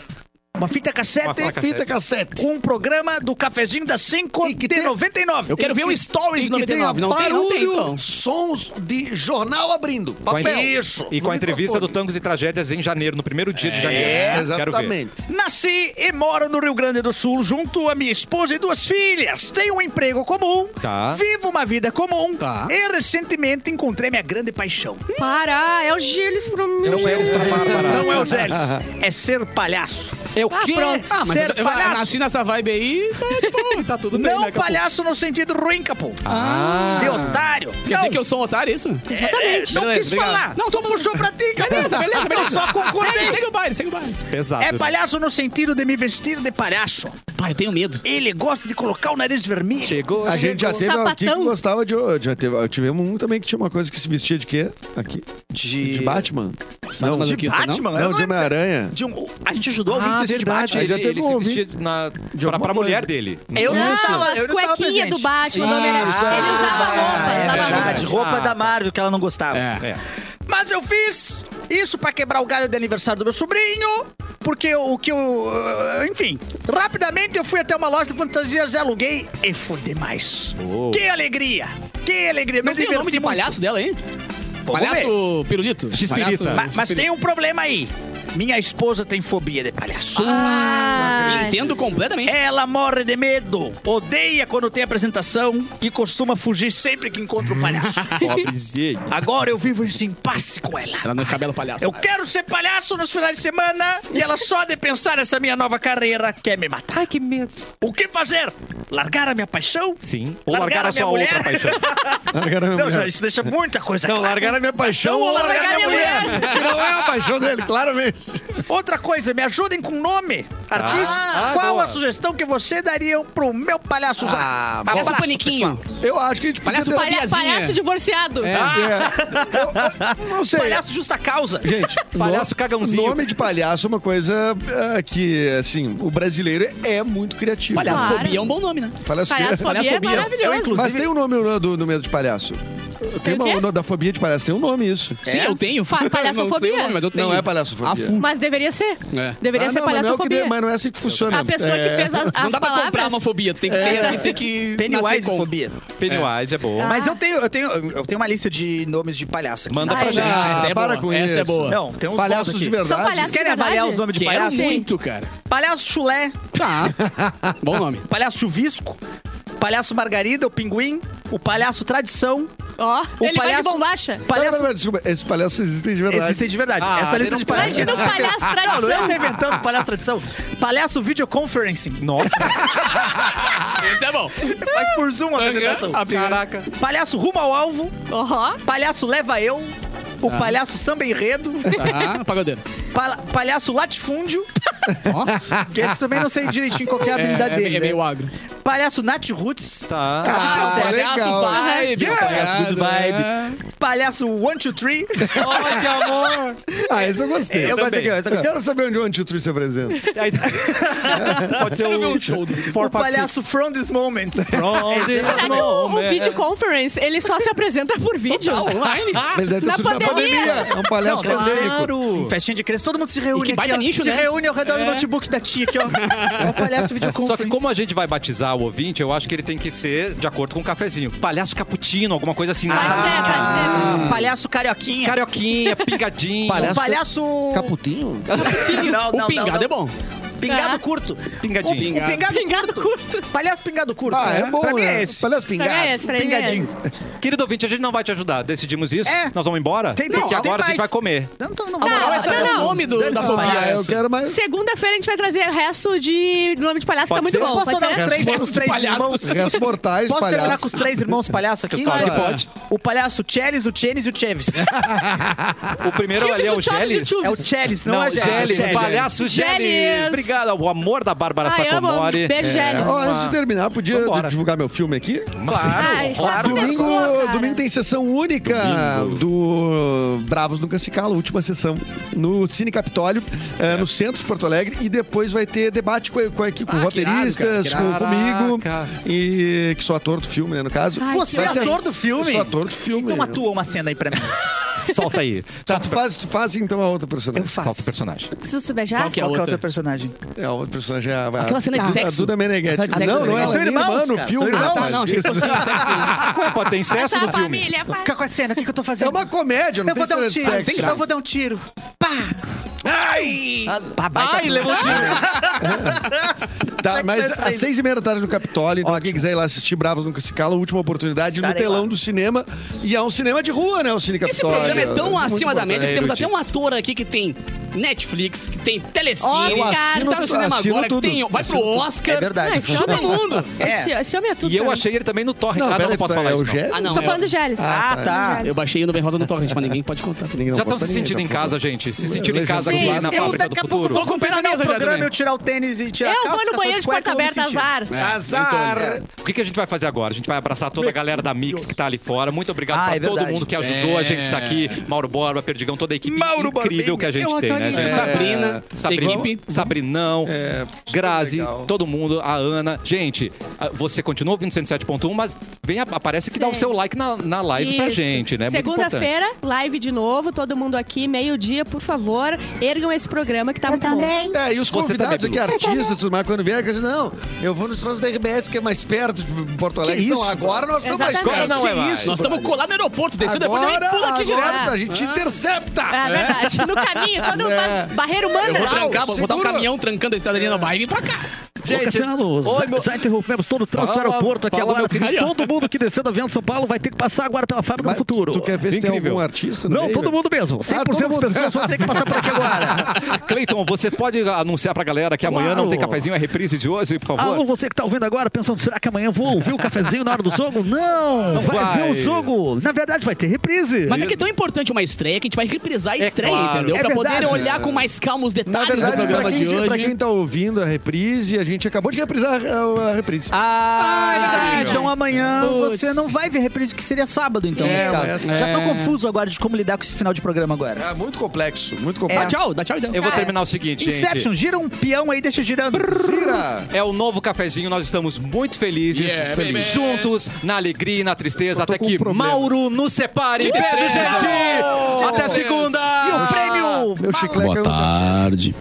Uma fita cassete. Uma fita fita cassete. com um programa do cafezinho das 5 E que de tem- 99. Eu um quero ver o story de E que tenha 99. Não tem, não tem, então. barulho, sons de jornal abrindo. Com a Papel. entre- Isso. E com a No entrevista do microfone. É, Tangos e Tragédias em janeiro, no primeiro dia de janeiro. É, Quero ver. Exatamente. Nasci e moro no Rio Grande do Sul junto a minha esposa e duas filhas. Tenho um emprego comum, Tá. vivo uma vida comum Tá. Hum. e recentemente encontrei minha grande paixão. Para, é o Gilles pro mim. Não é outra Ah, Bárbara. Não é o Zélez, é ser palhaço. É o Ah, quê? pronto. Ah, mas Ser eu, eu palhaço. nasci nessa vibe aí, tá, de boa, tá tudo bem, né, Não capô? palhaço no sentido ruim, capô. Ah. De otário. Quer não. dizer que eu sou um otário, isso? Exatamente. não Beleza, quis obrigado. falar. Não, Não, só puxou pra ti, cara. Beleza, beleza, beleza. Eu só Segue, concordei. segue o baile, segue o baile. Pesado. É né? palhaço no sentido de me vestir de palhaço. Pai, eu tenho medo. Ele gosta de colocar o nariz vermelho. Chegou. A gente já teve Sapatão. aqui que gostava de. Já teve, tivemos um também que tinha uma coisa que se vestia de quê? Aqui? de... De Batman? Não, mas de o que isso, Batman? Eu Não, de lembro Homem-Aranha. de um- A gente ajudou a Ah, Ulisses de verdade. Batman. Ele, Ele ele se teve um vestia na, pra, alguma pra mulher coisa. dele. Eu não Não, estava, as eu não estava cuequinhas do presente. Batman, do Homem-Aranha. Ele usava roupa, é usava verdade, roupa. roupa Ah, da tá. Marvel que ela não gostava. É. Mas eu fiz isso pra quebrar o galho de aniversário do meu sobrinho, porque o que eu... uh, Enfim, rapidamente eu fui até uma loja de fantasias e aluguei, e foi demais. Uou. Que alegria! Que alegria! Não me tem o nome diverti de muito. palhaço dela, hein? Vamos ver. Palhaço pirulito. X-pirita. Palhaço- Ma- Mas tem um problema aí. Minha esposa tem fobia de palhaço. Ah, Entendo completamente. Ela morre de medo, odeia quando tem apresentação e costuma fugir sempre que encontra um palhaço. Pobrezinho. Agora eu vivo em impasse com ela. Ela não escabela o palhaço. Eu quero ser palhaço nos finais de semana e ela só de pensar essa minha nova carreira quer me matar. Ai, que medo. O que fazer? Largar a minha paixão? Sim. Ou Largar largar a a minha sua mulher? outra paixão. Largaram a minha Não, já, mulher. isso deixa muita coisa Não, clara. largaram a minha paixão Não, ou largaram largar a minha minha mulher. mulher. Que não é a paixão dele, claramente. Outra coisa, me ajudem com nome. Artista, Ah, qual boa. a sugestão que você daria pro meu palhaço usar? Ah, Palhaço Abraço, paniquinho. Eu acho que a gente podia Palhaço ter... palha- Palha, Piazinha. palhaço divorciado. Ah, É. Eu- eu não sei. Palhaço justa causa. Gente, Palhaço no- cagãozinho. Nome de palhaço é uma coisa ah, que, assim, o brasileiro é muito criativo. Palhaço Claro. fobia é um bom nome, né? Palhaço, Palhaço fobia é Palhaçofobia. maravilhoso. Eu, inclusive- Mas tem um nome no, do, no medo de palhaço. Tem o quê? É, uma, no- da fobia de palhaço, tem um nome isso. Sim, eu tenho. Fa- Não sei palhaçofobia. o nome, mas eu tenho. Não é palhaçofobia. A fu- Mas deveria ser. É. Deveria Ah, ser não, mas não é o que palhaçofobia. de- Mas não é assim que funciona. A pessoa É. que fez as, Não as dá pra comprar palavras. uma fobia, tu tem que ter, tem que nascer Pennywise com. fobia. Pennywise é bom. Mas eu tenho, eu, tenho, eu tenho uma lista de nomes de palhaço aqui. Manda Ai, pra gente. Ah, Essa é para boa, com essa isso. é boa. Não, tem uns Palhaços bons de aqui. verdade. São palhaços Vocês querem de avaliar verdade? os nomes de Quero palhaço? muito, cara. Palhaço chulé, Tá. bom nome. palhaço chuvisco, palhaço margarida, o pinguim, o palhaço tradição, Ó, O ele vai palhaço- de bombacha. Não, palhaço... não, não, desculpa, esses palhaços existem de verdade. Existem de verdade. Ah, Essa lista não de pode. palhaços... Imagina o palhaço Não, não tradição. é inventando palhaço tradição. Palhaço videoconferencing. Nossa, Esse é bom. Faz por Zoom a apresentação. A primeira- Palhaço rumo ao alvo, Ó, palhaço leva eu, o palhaço samba enredo, Tá, pagodeiro. pala- palhaço latifúndio, Nossa. que esse também não sei direitinho qual que é a É, habilidade é, dele, é meio né? agro. Palhaço Nat Roots. Tá. Ah, palhaço vibe. Palhaço Good Vibe. né? Palhaço One, Two, Three. Olha que amor! Ah, esse eu gostei. Eu gostei, também. eu gostei. Eu quero saber onde o Antitru se apresenta. Aí- Pode ser o, O Four, five, palhaço six. From This Moment. From this Será é que o, o moment. video conference, ele só se apresenta por vídeo? online. Ah, Ele deve ter Na surgido na pandemia. pandemia. É um palhaço Não, deve ser. pandêmico. Em festinha de criança, todo mundo se reúne E que baita aqui, ó. nicho, se né? reúne ao redor É. do notebook da tia aqui, ó. É o palhaço videoconference. Só que como a gente vai batizar o ouvinte, eu acho que ele tem que ser de acordo com o cafezinho. Palhaço cappuccino, alguma coisa assim. né? Pode ser, pode ser. Ah, palhaço carioquinha. Carioquinha, pingadinho. O palhaço... Caputinho? Não, O pingado é bom. Pingado É. curto. Pingadinho. O, o pingado, Pingado curto. Palhaço pingado curto. Ah, é bom, Pra mim né? é esse. Palhaço Pra pingado. mim é esse, pra mim é Pingadinho. esse. Querido ouvinte, a gente não vai te ajudar. Decidimos isso. É. Nós vamos embora. Tem- porque não, tem agora a gente mais. vai comer. Não, então Ah, não A moral é vai. saber o nome do, da Dane-se, Ah, família. eu quero mais. Segunda-feira a gente vai trazer o resto de nome de palhaço, Pode tá muito ser? bom. Posso pode dar os ser? três, Restos os três palhaços. irmãos? Restos mortais, Posso terminar né? palhaço. com os três irmãos palhaço aqui? Claro que Vai. pode. O palhaço Chelis, o Chenis e o Cheves. O primeiro ali é o Chuves, Chuves, Geles. Chuves. É o Chelis, não, Não, é Geles. Chelis. Palhaço Geles. Geles. Obrigado. O amor da Bárbara Ai, amo. Sacomori. É, Beijo, Geles. É. Ó, antes de terminar, podia Vambora. divulgar meu filme aqui? Ah, Claro. Ai, só claro. Domingo, começou, cara. domingo tem sessão única do Bravos Nunca Se Cala, última sessão no Cine Capitólio, eh, no centro de Porto Alegre, e depois vai ter debate com, a- com a equipe, com Ah, que irado, cara, roteiristas, que com, irado. comigo, Caraca. e que sou ator do filme, né, no caso. Ai, Você é Vai ser- ator do Eu sou filme? ator do filme. Então atua uma cena aí pra mim. Solta aí. Tá, tu faz, tu faz então a outra personagem. Solta o personagem. Preciso se beijar? Qual que é Qual que é outra? o teu personagem? É, a outra personagem é a, a, Aquela cena de a sexo. Duda Meneghetti. Aquela de sexo Não, não, legal. ela é São minha irmã irmãos, no cara, filme. são irmãos. Ah, tá, não, achei que fosse Ué, pode ter incesso Essa no filme. família, pai. Qual é a cena? O que, que eu tô fazendo? É uma comédia, não Eu tem vou dar um cena de tiro. sexo. Eu vou dar um tiro. Ai! Pá, baita Ai, ator. levou o tiro. Tá, mas Sexo às daí. seis e meia da tarde no Capitólio, então Ótimo. quem quiser ir lá assistir Bravos Nunca Se Cala, última oportunidade no Estarei telão lá. do cinema. E é um cinema de rua, né? O Cine Esse Capitólio. programa é tão Muito acima da média que temos até importante. um ator aqui que tem Netflix, que tem Telecine, Oscar. que Eu tá assino- no cinema assino agora, tudo. que tem, vai pro Oscar. É verdade. Ah, esse homem é mundo. É. Esse, esse homem é tudo. E eu pra mim. achei ele também no Torre. um Não, ah, não, pera, não posso falar é o isso. não. Gé? Ah, não. Tô eu- falando do Gélis. Ah, tá. Eu baixei no Ben Rosa no Torrent, mas ninguém pode contar. Ninguém não Já estão pode se ninguém, sentindo tá em bom. casa, gente? Se sentiram em casa Sim, aqui na eu fábrica do daqui a pouco futuro? Tô com pena Terminar o mesa já programa, também. eu tirar o tênis e tirar a Eu calça. vou no ficar banheiro de cueca, porta eu vou me aberta, sentir. azar. É. É. Azar! O que, que a gente vai fazer agora? A gente vai abraçar toda a galera da Mix que tá ali fora. Muito obrigado Ah, pra é todo verdade. mundo que ajudou É. a gente estar aqui. Mauro Borba, Perdigão, toda a equipe Mauro incrível Borbinha, que a gente eu tem, né? adorei. gente? É. Sabrina, Sabrina, equipe. Sabrinão, É, Grazi, legal. todo mundo, a Ana. Gente, a- você continua ouvindo 107.1, mas vem, a- aparece que dá o Sim. seu like na, na live É, pra Isso. gente, né? Muito importante. Segunda-feira, live de novo, todo mundo aqui, meio-dia, por favor, ergam esse programa que tá Eu muito bom. também. É, e os Você tá convidados também, aqui, artistas, tudo mais, quando vieram, dizem, não, eu vou nos troços da RBS, que é mais perto de Porto Alegre. Que Então, isso, agora nós estamos mais Exatamente. perto. Agora não é Que mais. isso, Nós estamos brother? colados no aeroporto, descendo depois também Agora, pula aqui Ah. agora direto. a gente É intercepta! verdade. No caminho, todo mundo É. faz barreira humana. Eu vou Não, trancar, vou botar um segura. caminhão trancando a estrada ali na vai e vir pra cá. Gente, Cassiano, oi, já, meu... já interrompemos todo o trânsito Fala, do aeroporto aqui fala, agora. meu querido. Todo mundo que desceu do avião de São Paulo vai ter que passar agora pela fábrica Mas do futuro. Tu quer ver se tem Incrível. algum artista? no Não, meio? todo mundo mesmo. 100% Ah, todo das mundo. pessoas vão ter que passar por aqui agora. Cleiton, você pode anunciar pra galera que amanhã não Claro. tem cafezinho, é reprise de hoje, por favor? Alô, você que tá ouvindo agora, pensando, será que amanhã eu vou ouvir o cafezinho na hora do jogo? Não! Não vai vai. ver o jogo! Na verdade, vai ter reprise. Mas é que é tão importante uma estreia que a gente vai reprisar a estreia, claro. entendeu? É pra verdade. poder olhar com mais calma os Na detalhes do verdade, pra tá, programa quem, de hoje. pra quem tá ouvindo a reprise, a gente acabou de reprisar é, a, a reprise. Ah, verdade. então amanhã Putz. você não vai ver reprise, que seria sábado, então, É, nesse mas- caso. Já tô é. confuso agora de como lidar com esse final de programa agora. É muito complexo, muito Dá complexo. tchau, dá tchau então. Eu vou terminar o seguinte, gente. Inception, gira um peão aí, deixa girando. Tira! É o novo cafezinho, nós estamos muito felizes. Yeah, Felizes. juntos, na alegria e na tristeza, até com que um problema. Mauro nos separe. Oh, Beijo, gente! Até segunda! E o prêmio Ah, Meu chiclete Boa caiu no- tarde.